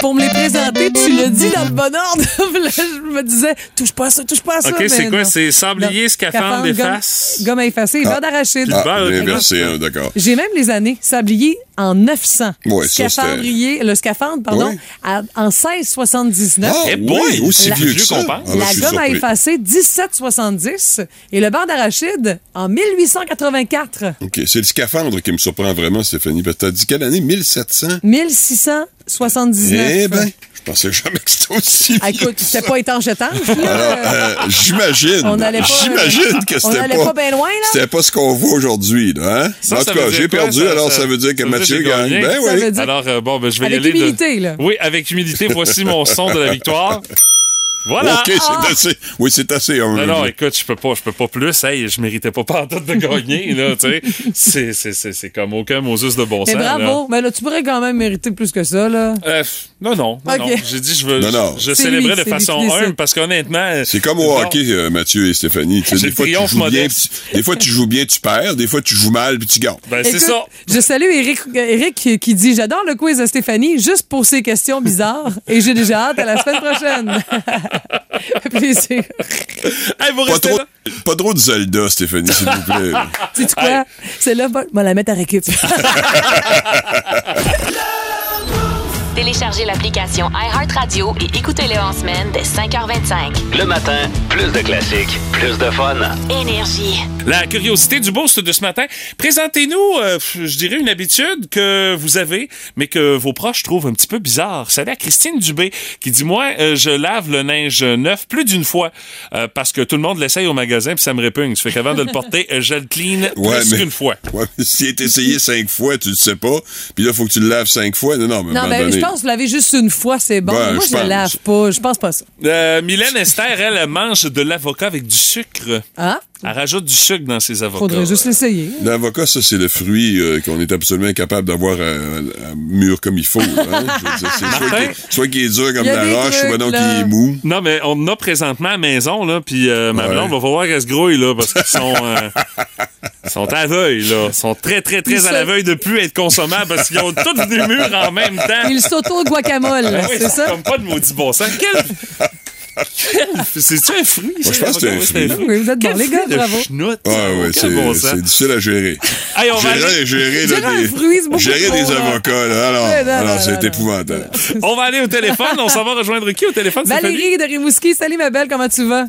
pour me les présenter, tu le dis dans le bon ordre. <laughs> Là, je me disais, touche pas à ça, touche pas à ça. OK, c'est mais quoi? non. C'est sablier, Non. scaphandre, gomme- efface. Gomme à effacer, beurre d'arachide. le Ah, beurre, j'ai le inversé un, d'accord. J'ai même les années. Sablier en 900. Ouais, ça, Scaphandrier, le scaphandre, pardon, Ouais. à- en 1679. Ah, Eh oui, boy! aussi La- vieux que vieux ça. qu'on pense. Ah, ben, je La suis gomme à surpris. effacer, 1770. Et le beurre d'arachide, en 1884. OK, c'est le scaphandre qui me surprend vraiment, Stéphanie. Parce que t'as dit quelle année? 1700? 1679. Eh ben, je pensais jamais que c'était aussi Ah, écoute, vieux. c'était pas étanche étanche, là. Alors, euh, j'imagine. On n'allait pas- J'imagine que on c'était n'allait pas. pas bien loin, là. C'était pas ce qu'on voit aujourd'hui, là. Hein? Ça, en ça tout cas, veut dire j'ai quoi, perdu, ça? alors Ça- ça veut dire que ça veut Mathieu dire j'ai gagne. gagné. Ben Ça oui. veut dire- Alors, euh, bon, ben, je vais Avec y aller. de- humilité, là. Oui, avec <laughs> humilité, voici mon son de la victoire. Voilà. OK, Ah! c'est assez. Oui, c'est assez. on Non, le non, dit. écoute, je peux pas, je peux pas plus. Hey, je méritais pas pantoute de gagner, là, tu sais. C'est, c'est, c'est, c'est comme aucun Moses de bon Mais sens, là. bravo. Mais là, tu pourrais quand même mériter plus que ça, là. Euh, f- non, non, non, Ok. non. J'ai dit, je veux, Non, non. je, je C'est célébrais lui, de c'est façon lui qui décide. humble parce qu'honnêtement. C'est comme au non. hockey, euh, Mathieu et Stéphanie. Tu sais, C'est des, le fois, tu triomphe joues bien, modeste. puis- des fois, tu joues bien, tu perds. Des fois, tu joues mal, puis tu gagnes. Ben, c'est Écoute, ça. Je salue Eric, Eric qui dit J'adore le quiz de Stéphanie juste pour ses questions bizarres et j'ai déjà hâte à la semaine prochaine. <laughs> <laughs> Plaisir. Hey, vous Pas restez trop, là. pas trop de Zelda, Stéphanie, s'il <laughs> vous plaît. Sais-tu quoi? C'est là, bon, on va la mettre à <laughs> récup. Téléchargez l'application iHeartRadio et écoutez-le en semaine dès 5h25. Le matin, plus de classiques, plus de fun. Énergie. La curiosité du boost de ce matin. Présentez-nous, euh, f- je dirais, une habitude que vous avez, mais que vos proches trouvent un petit peu bizarre. Salut à Christine Dubé, qui dit, moi, euh, je lave le linge neuf plus d'une fois, euh, parce que tout le monde l'essaye au magasin, puis ça me répugne. Ça fait qu'avant de le porter, euh, je le clean Ouais, plus mais- qu'une fois. Ouais, mais si est essayé cinq fois, tu le sais pas. Puis là, faut que tu le laves cinq fois. Non, non, mais à non, un moment mais je donné- pense que vous l'avez juste une fois, c'est bon. Ben, Moi, je je ne pense. lave pas. Je pense pas ça. Euh, Mylène Esther, elle, elle mange de l'avocat avec du sucre. Hein? Elle rajoute du sucre dans ses avocats. Faudrait juste l'essayer. L'avocat, ça, c'est le fruit euh, qu'on est absolument incapable d'avoir à, à mûr comme il faut. Hein? Je veux dire, c'est soit Martin? qu'il soit qu'il est dur comme Il y a la des roche, trucs, soit donc qu'il là. est mou. Non, mais on en a présentement à la maison, là, puis euh, ma Ouais. blonde va falloir qu'elle se grouille, là, parce qu'ils sont, <laughs> euh, ils sont aveugles, là. Ils sont très, très, Ils très à se- la veille de plus être consommables, parce qu'ils ont tous des murs en même temps. Il s'auto-guacamole, Ah oui, c'est ça? comme pas de maudit bon sens. Quel... <laughs> Quel- C'est-tu un fruit? ça, je pense que c'est un l'avocat? fruit. Oui, vous êtes Quel bons, les gars, fruit de bravo. chenoute, Ah ça, ouais, aucun c'est bon sens. c'est difficile à gérer. Hey, on va aller- Gérer, gérer, là, Gérer un des, fruit, c'est beaucoup gérer trop, des là. avocats, là. Alors, Ouais, non, alors, non, non, c'est non. épouvantable. On va aller au téléphone. On s'en va rejoindre qui au téléphone? Stéphanie? Valérie de Rimouski, salut ma belle, comment tu vas?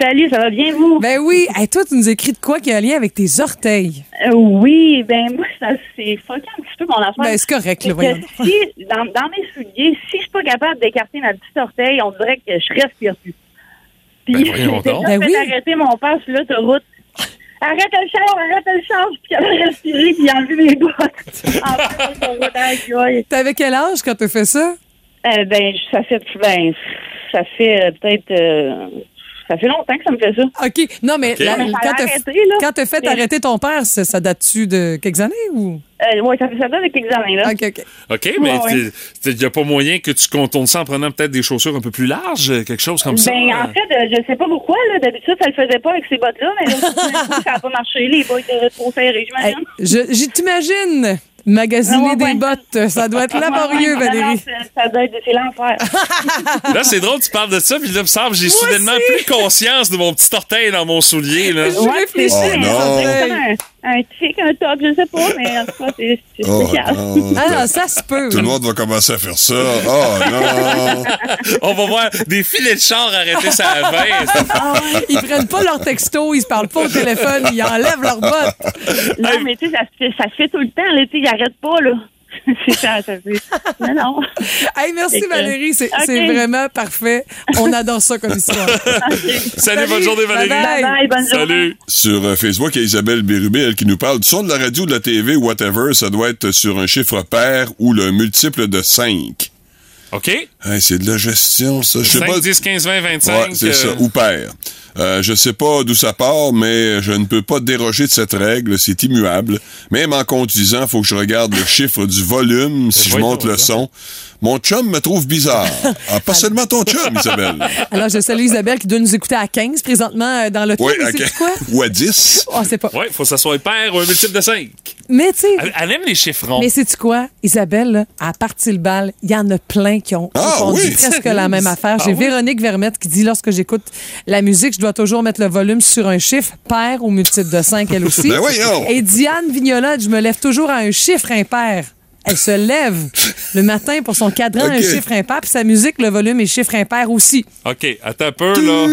Salut, ça va bien vous? Ben oui, hey, toi, tu nous écris de quoi qui a un lien avec tes orteils? Euh, oui, ben moi, ça c'est fucké un petit peu mon affaire. Ben, c'est correct, là, C'est que voyons. si, dans, dans mes souliers, si je suis pas capable d'écarter ma petite orteil, on dirait que je respire plus. Puis Ben, voyons <laughs> j'ai donc. déjà Ben fait oui. arrêter mon père sur l'autoroute. Arrête le char, arrête le char, puis qu'elle a respiré, puis enlever mes bottes. <laughs> En plein sur l'autoroute, aïe, aïe. T'avais quel âge quand t'as fait ça? Euh, ben, ça fait, ben, ça fait euh, peut-être, euh, ça fait longtemps que ça me fait ça. OK. Non, mais la- Mais ça Ben, quand l'a t'as arrêté, là. quand t'as fait Mais- arrêter ton père, ça, ça date-tu de quelques années ou? Euh, ouais, ça fait ça avec l'examen, là. OK, OK. OK, mais Ouais, ouais. il n'y a pas moyen que tu contournes ça en prenant peut-être des chaussures un peu plus larges, euh, quelque chose comme ça. Ben, en fait, euh, je sais pas pourquoi, là. D'habitude, ça le faisait pas avec ces bottes-là, mais là, <laughs> tout d'un coup, ça a pas marché. Les bottes étaient trop serrées, Hey, j'imagine. je, je- t'imagine magasiner Ah, Ouais, ouais. des bottes, ça doit être laborieux, Ah, Ouais, ouais, non, Valérie. c'est- Ça doit être, c'est l'enfer. Là, c'est drôle, tu parles de ça, puis là, il me semble, j'ai Moi soudainement aussi. plus conscience de mon petit orteil dans mon soulier, <laughs> là. Je réfléchis. hein, Oh, c'est- non. c'est comme un, un tic, un top, je sais pas, mais en tout cas, c'est c'est Oh, spécial. non. Ah non, ça se peut. Tout le monde va commencer à faire ça. Oh, non. On va voir des filets de char arrêter sa veille. Ah, Ils prennent pas leur texto, ils se parlent pas au téléphone, ils enlèvent leurs bottes. Non, mais tu sais, ça, se fait- ça se fait tout le temps, là. Tu sais, ils arrêtent pas, là. <laughs> c'est ça, ça fait. Non, non. Hey, merci Fait que- Valérie, c'est OK. c'est vraiment parfait. On adore ça comme histoire. Salut, bonne journée, Valérie. bye-bye. Bye bye, bonne journée. Salut. sur euh, Facebook, il y a Isabelle Bérubé, elle qui nous parle du son de la radio, de la TV, whatever. Ça doit être sur un chiffre pair ou le multiple de 5. OK? Hein, c'est de la gestion, ça. Je sais 5, pas. 10, 15, 20, 25. Ouais, c'est euh, ça, ou père. Euh, je sais pas d'où ça part, mais je ne peux pas déroger de cette règle, c'est immuable. Même en conduisant, faut que je regarde le chiffre du volume si je voyons monte le donc. son. Mon chum me trouve bizarre. Ah, pas seulement ton chum, Isabelle. <laughs> Alors, je salue Isabelle qui doit nous écouter à 15 présentement euh, dans le Oui, mais ok. c'est quoi? Ou à 10. Oh, c'est pas. Ouais, faut que ça soit pair ou un multiple de 5. Mais tu sais. Elle, elle aime les chiffrons. Mais sais-tu quoi, Isabelle, là, à partir le bal, il y en a plein qui ont Ah, répondu oui. presque la même affaire. Ah, J'ai oui. Véronique Vermette qui dit lorsque j'écoute la musique, je dois toujours mettre le volume sur un chiffre pair ou multiple de 5, elle <laughs> aussi. Ben voyons. Et Diane Vignola, je me lève toujours à un chiffre impair. Elle se lève le matin pour son cadran, un Ok. chiffre impair, puis sa musique, le volume est chiffre impair aussi. OK, attends un peu, là.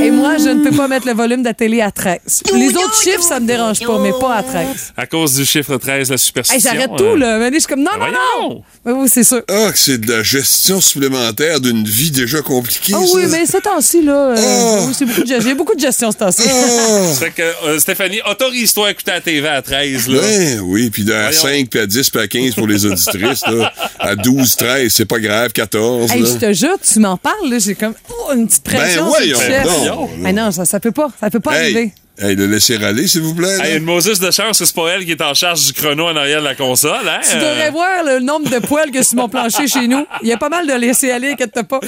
Et moi, je ne peux pas mettre le volume de la télé à 13. Les autres chiffres, ça me dérange pas, mais pas à 13. À cause du chiffre 13, la superstition. Hey, J'arrête euh, ben tout, là. Mais je suis comme, non, non, non! Mais oui, c'est sûr. Ah, que c'est de la gestion supplémentaire d'une vie déjà compliquée. Ah oui, mais ce temps-ci, là, euh, oui, c'est beaucoup de gestion. J'ai beaucoup de gestion ce temps-ci. Ah. Ça fait que, euh, Stéphanie, autorise-toi à écouter la TV à 13, là. Ben oui, puis à 5, puis à 10, puis à 15 pour les auditrices. là. À 12, 13, c'est pas grave, 14. Hey, là. je te jure, tu m'en parles, là, j'ai comme oh, une petite Ben pression. sur le voyons chef. donc. Ah non, ça, ça peut pas, ça peut pas Hey, arriver. hey, le laisser aller, s'il vous plaît. là. Hey, une Moses de chance que c'est pas elle qui est en charge du chrono en arrière de la console, hein? Tu devrais voir le nombre de poils que sur mon plancher chez nous. Il y a pas mal de laisser aller, inquiète pas.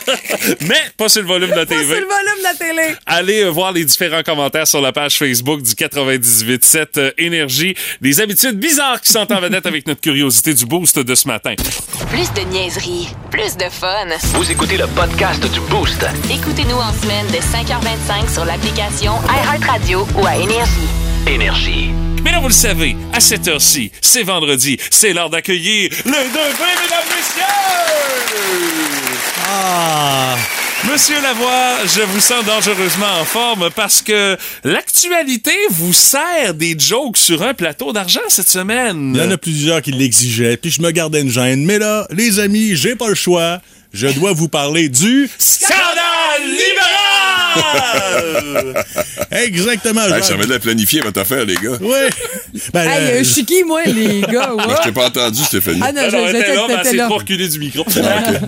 <laughs> Mais pas sur le volume de la Pas sur le TV. volume de la télé. Allez euh, voir les différents commentaires sur la page Facebook du 98.7 euh, Énergie. Des habitudes bizarres qui sont en vedette avec notre curiosité du boost de ce matin. Plus de niaiserie, plus de fun. Vous écoutez le podcast du Boost. Écoutez-nous en semaine de 5h25 sur l'application iHeartRadio ou à Énergie. Énergie. Mais là, vous le savez, à cette heure-ci, c'est vendredi, c'est l'heure d'accueillir le 2 mesdames, messieurs! Ah! Monsieur Lavoie, je vous sens dangereusement en forme parce que l'actualité vous sert des jokes sur un plateau d'argent cette semaine. Il y en a plusieurs qui l'exigeaient, puis je me gardais une gêne. Mais là, les amis, j'ai pas le choix. Je dois vous parler du... Scandale libéral! Exactement. Hey, Jacques. ça va de la planifier, votre affaire, les gars. Oui. Ben, Hey, euh, euh, je suis qui, moi, les gars? ouais? Ben, je t'ai pas entendu, Stéphanie. Ah non, je- Alors, je elle était t'ai- là, mais elle t'étais s'est là. trop reculée du micro.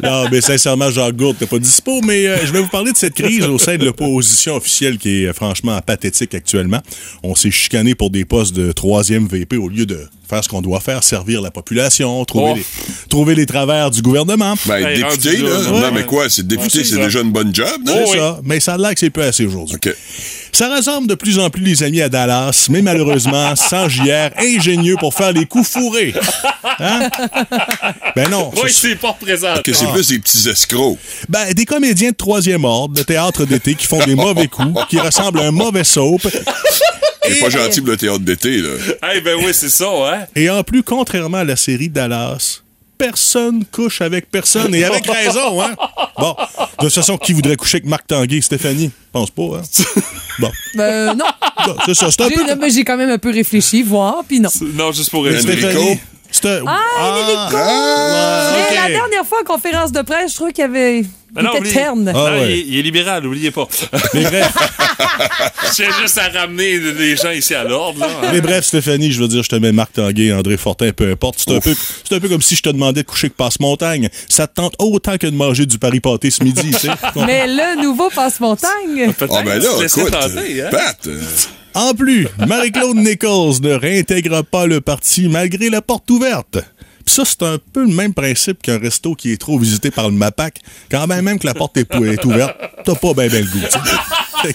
non, mais sincèrement, Jean Gourde, t'es pas dispo, mais euh, je vais vous parler de cette crise au sein de l'opposition officielle qui est euh, franchement pathétique actuellement. On s'est chicané pour des postes de troisième VP au lieu de faire ce qu'on doit faire, servir la population, trouver, Oh. les, trouver les travers du gouvernement. Ben, être Hey, député, rendu là. là, Non, ouais. mais quoi, c'est député, Ouais, c'est c'est ça. déjà une bonne job, non? C'est Oh oui. ça. Mais ça a l'air que c'est peu assez aujourd'hui. OK. Ça rassemble de plus en plus les amis à Dallas, mais malheureusement, sans JR, ingénieux pour faire les coups fourrés. Hein? Ben non. Oui, ce- c'est pas présent. Que c'est plus des petits escrocs. ben, des comédiens de troisième ordre, de théâtre d'été, qui <laughs> font des mauvais coups, qui ressemblent à un mauvais soap. C'est pas gentil pour le théâtre d'été, là. Eh ben oui, c'est ça, hein? Et en plus, contrairement à la série Dallas, personne couche avec personne. Et avec raison, hein? Bon, de toute façon, qui voudrait coucher avec Marc Tanguay, Stéphanie? Je pense pas, hein? Bon, Ben, non. Bon, c'est ça. C'est un J'ai- peu... non, mais J'ai quand même un peu réfléchi, voir, puis non. Non, juste pour Mais résumer. Stéphanie, c'est un... Ah, Enrico! Ah, Mais ok. la dernière fois, en conférence de presse, je trouve qu'il y avait. Ben Il était oublie- terne. Ah Non, ouais. il, est- il est libéral, oubliez pas. <laughs> Mais bref, J'ai juste à ramener les gens ici à l'ordre, Ah, là. hein. mais bref, Stéphanie, je veux dire, je te mets Marc Tanguay, André Fortin, peu importe. C'est un, peu, c'est un peu comme si je te demandais de coucher avec Passe-Montagne. Ça te tente autant que de manger du Paris pâté ce midi, tu sais. Mais le nouveau passe-montagne. Peut-être Ah, ben que tu te là, laisserais écoute. tenter, hein? Pat, euh, En plus, Marie-Claude Nichols ne réintègre pas le parti malgré la porte ouverte. Puis ça, c'est un peu le même principe qu'un resto qui est trop visité par le MAPAC. Quand même, même que la porte est, pou- est ouverte, t'as pas bien ben le goût. tu sais. Fait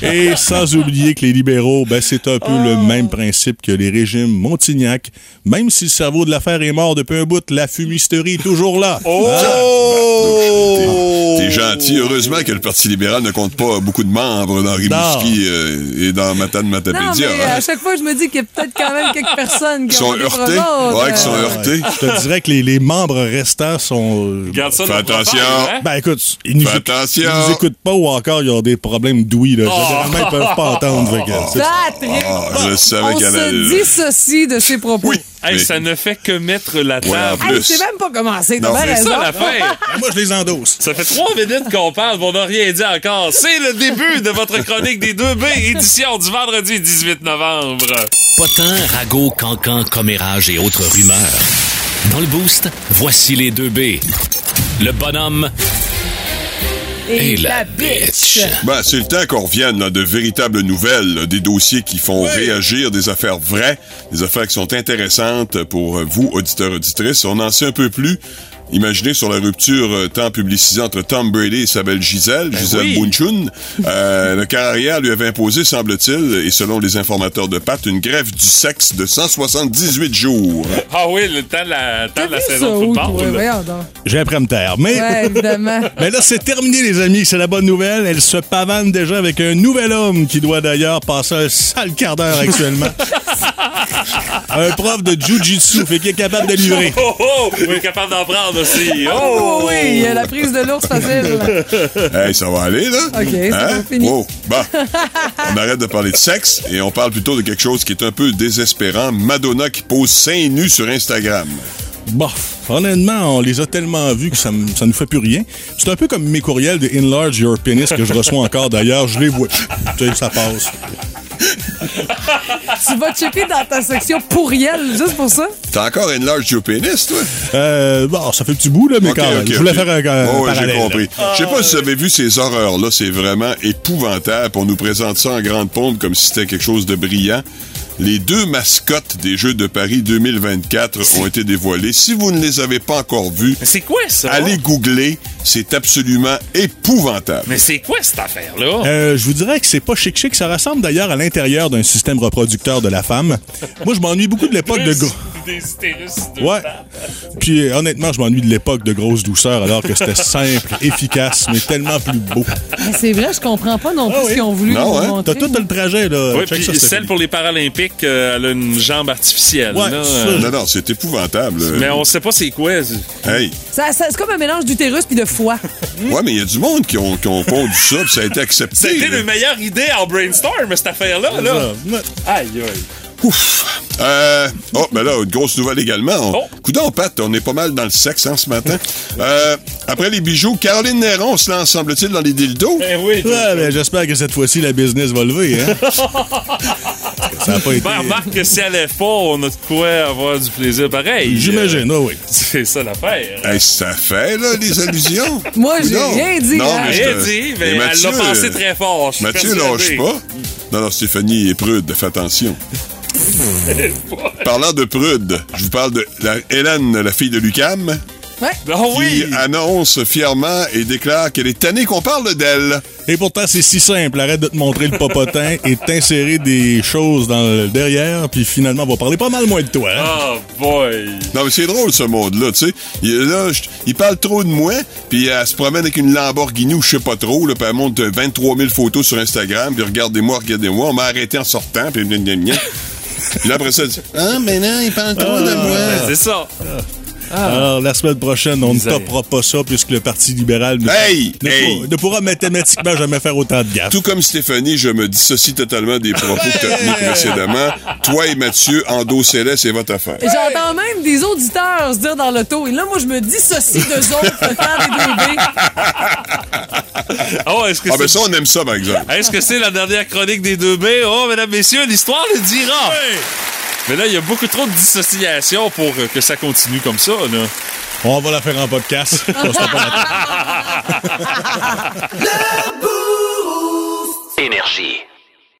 que- Et sans oublier que les libéraux, ben, c'est un peu le même principe que les régimes Montignac. Même si le cerveau de l'affaire est mort depuis un bout, la fumisterie est toujours là. Oh! t'es gentil. Heureusement que le Parti libéral ne compte pas beaucoup de membres dans Rimouski euh, et dans Matane Non, Matapédia. mais euh, hein. à chaque fois, je me dis qu'il y a peut-être quand même quelques personnes qui Qui sont ont des heurtés. remontes. Ouais, qui sont Euh, heurtés. Je te dirais que les, les membres restants sont. euh, Garde ça Fais dans ton attention. affaire, hein? Ben écoute, ils nous, Fais éc- attention. ils nous écoutent pas ou encore ils ont des problèmes d'ouïe. là. Généralement, ils peuvent pas entendre. fait que, tu sais, Patrick! Ah, je savais On qu'elle se allait. dissocie de ses propos. Oui. Hey, Mais- ça ne fait que mettre la Ouais, en table. Hey, plus. c'est même pas commencé. T'as Non, bien mais C'est raison. ça l'affaire. moi, je les endosse. Ça fait trois minutes qu'on parle, mais on n'a rien dit encore. C'est le début de votre chronique des 2B, édition du vendredi 18 novembre. Potin, ragot, cancan, commérage et autres rumeurs. Dans le boost, voici les deux B. Le bonhomme et, la bitch. Ben, c'est le temps qu'on revienne là, de véritables nouvelles, là, des dossiers qui font réagir, des affaires vraies, des affaires qui sont intéressantes pour euh, vous, auditeurs, auditrices. On en sait un peu plus Imaginez sur la rupture euh, tant publicisée entre Tom Brady et sa belle Gisèle, Gisèle oui. Bunchun. Euh, le carrière lui avait imposé, semble-t-il, et selon les informateurs de Pat, une grève du sexe de 178 jours. Ah oui, le temps de la, le temps de la Ça, saison de oui, football. oui, voyons donc. J'ai appris à me taire. Mais, Ouais, évidemment. mais là, c'est terminé, les amis. C'est la bonne nouvelle. Elle se pavane déjà avec un nouvel homme qui doit d'ailleurs passer un sale quart d'heure actuellement. <laughs> un prof de jujitsu, fait qu'il est capable de livrer. Oh, oh, il est capable d'en prendre aussi. Oh, Oh oui, il y a la prise de l'ours facile. Hey, ça va aller, là? Hein? OK, c'est bon, fini. Wow. Bon. On arrête de parler de sexe et on parle plutôt de quelque chose qui est un peu désespérant. Madonna qui pose seins nus sur Instagram. Bof, honnêtement, on les a tellement vus que ça, me- ça nous fait plus rien. C'est un peu comme mes courriels de Enlarge Your Penis que je reçois encore d'ailleurs. Je les vois. Tu sais, ça passe. tu vas checker dans ta section pourriel juste pour ça. T'as encore une large au pénis, toi? Euh, bon, ça fait petit bout, là, mais Ok, quand même. ok, je voulais ok. faire un, un Ouais, ouais, parallèle. j'ai compris. là. Je sais pas si vous avez vu ces horreurs-là. C'est vraiment épouvantable. On nous présente ça en grande pompe comme si c'était quelque chose de brillant. Les deux mascottes des Jeux de Paris 2024 ont été dévoilées. Si vous ne les avez pas encore vues, c'est quoi ça? Allez googler. C'est absolument épouvantable. Mais c'est quoi cette affaire-là? Euh, je vous dirais que c'est pas chic chic. Ça ressemble d'ailleurs à l'intérieur d'un système reproducteur de la femme. Moi, je m'ennuie beaucoup de l'époque de gros. Des utérus de Ouais. Puis euh, honnêtement, je m'ennuie de l'époque de grosse douceur, alors que c'était simple, <laughs> efficace, mais tellement plus beau. Mais Ben, c'est vrai, je comprends pas non plus ce qu'ils ont voulu nous montrer. T'as tout le trajet là. Oui, Check puis ça, c'était- celle pour les Paralympiques, euh, elle a une jambe artificielle. Ouais, là. ça, Euh, Non, non, c'est épouvantable. Mais on sait pas c'est quoi. Hey. Ça- ça- c'est comme un mélange d'utérus puis de foie. Ouais, mais il y a du monde qui ont, qui ont pondu ça, puis ça a été accepté. C'était là. une meilleure idée en brainstorm, cette affaire-là. Là. Aïe, aïe. Ouf. Euh, oh, ben là, une grosse nouvelle également. On, Oh. Coudon, Pat, on est pas mal dans le sexe hein, ce matin. Euh, après les bijoux, Caroline Néron se lance, semble-t-il, dans les dildos. Eh oui. Ouais, ben, j'espère que cette fois-ci, la business va lever. Hein? ça n'a pas été. Ben, remarque que si elle est pas, on a de quoi avoir du plaisir pareil. Euh, J'imagine, oui. C'est ça l'affaire. Hey, ça fait, là, les allusions. <laughs> Moi, j'ai Coudon. rien dit. Non, hein. mais Ah, je Rien te- dit, Eh, mais Mathieu, elle l'a pensé euh, très fort. je suis Mathieu, lâche persuadé. pas. Non, non, Stéphanie est prude, fais attention. Parlant de prude, je vous parle de la Hélène, la fille de Lucam. Ouais. Ah qui annonce fièrement et déclare qu'elle est tannée qu'on parle d'elle. Et pourtant, c'est si simple. Arrête de te montrer le popotin et de t'insérer des choses dans le derrière, puis finalement, on va parler pas mal moins de toi. hein. Oh boy. Non, mais c'est drôle, ce monde-là, tu sais. Il, là, je- il parle trop de moi, puis elle se promène avec une Lamborghini ou je sais pas trop, là, puis elle monte 23 000 photos sur Instagram, puis regardez-moi, regardez-moi, on m'a arrêté en sortant, puis gna, gna, gna. Puis là, après ça, elle dit, Ah, mais non, il parle trop de Ben, moi. c'est ça. Alors, la semaine prochaine, on ne Misère. topera pas ça puisque le Parti libéral ne, Hey! ne Hey! pourra, ne pourra mathématiquement jamais faire autant de gaffe. Tout comme Stéphanie, je me dissocie totalement des propos que tu as tenus précédemment. Toi et Mathieu, endossez-les, c'est votre affaire. Et J'entends même des auditeurs se dire dans l'auto. Et là, moi, je me dissocie d'eux autres pour faire des bébés. Oh, est-ce que Ah, ben c'est. ça, on aime ça, par exemple. Est-ce que c'est la dernière chronique des deux B? Oh, mesdames, messieurs, l'histoire le dira. Mais là, il y a beaucoup trop de dissociation pour euh, que ça continue comme ça, là. On va la faire en podcast. On sera pas là-dessus. Énergie.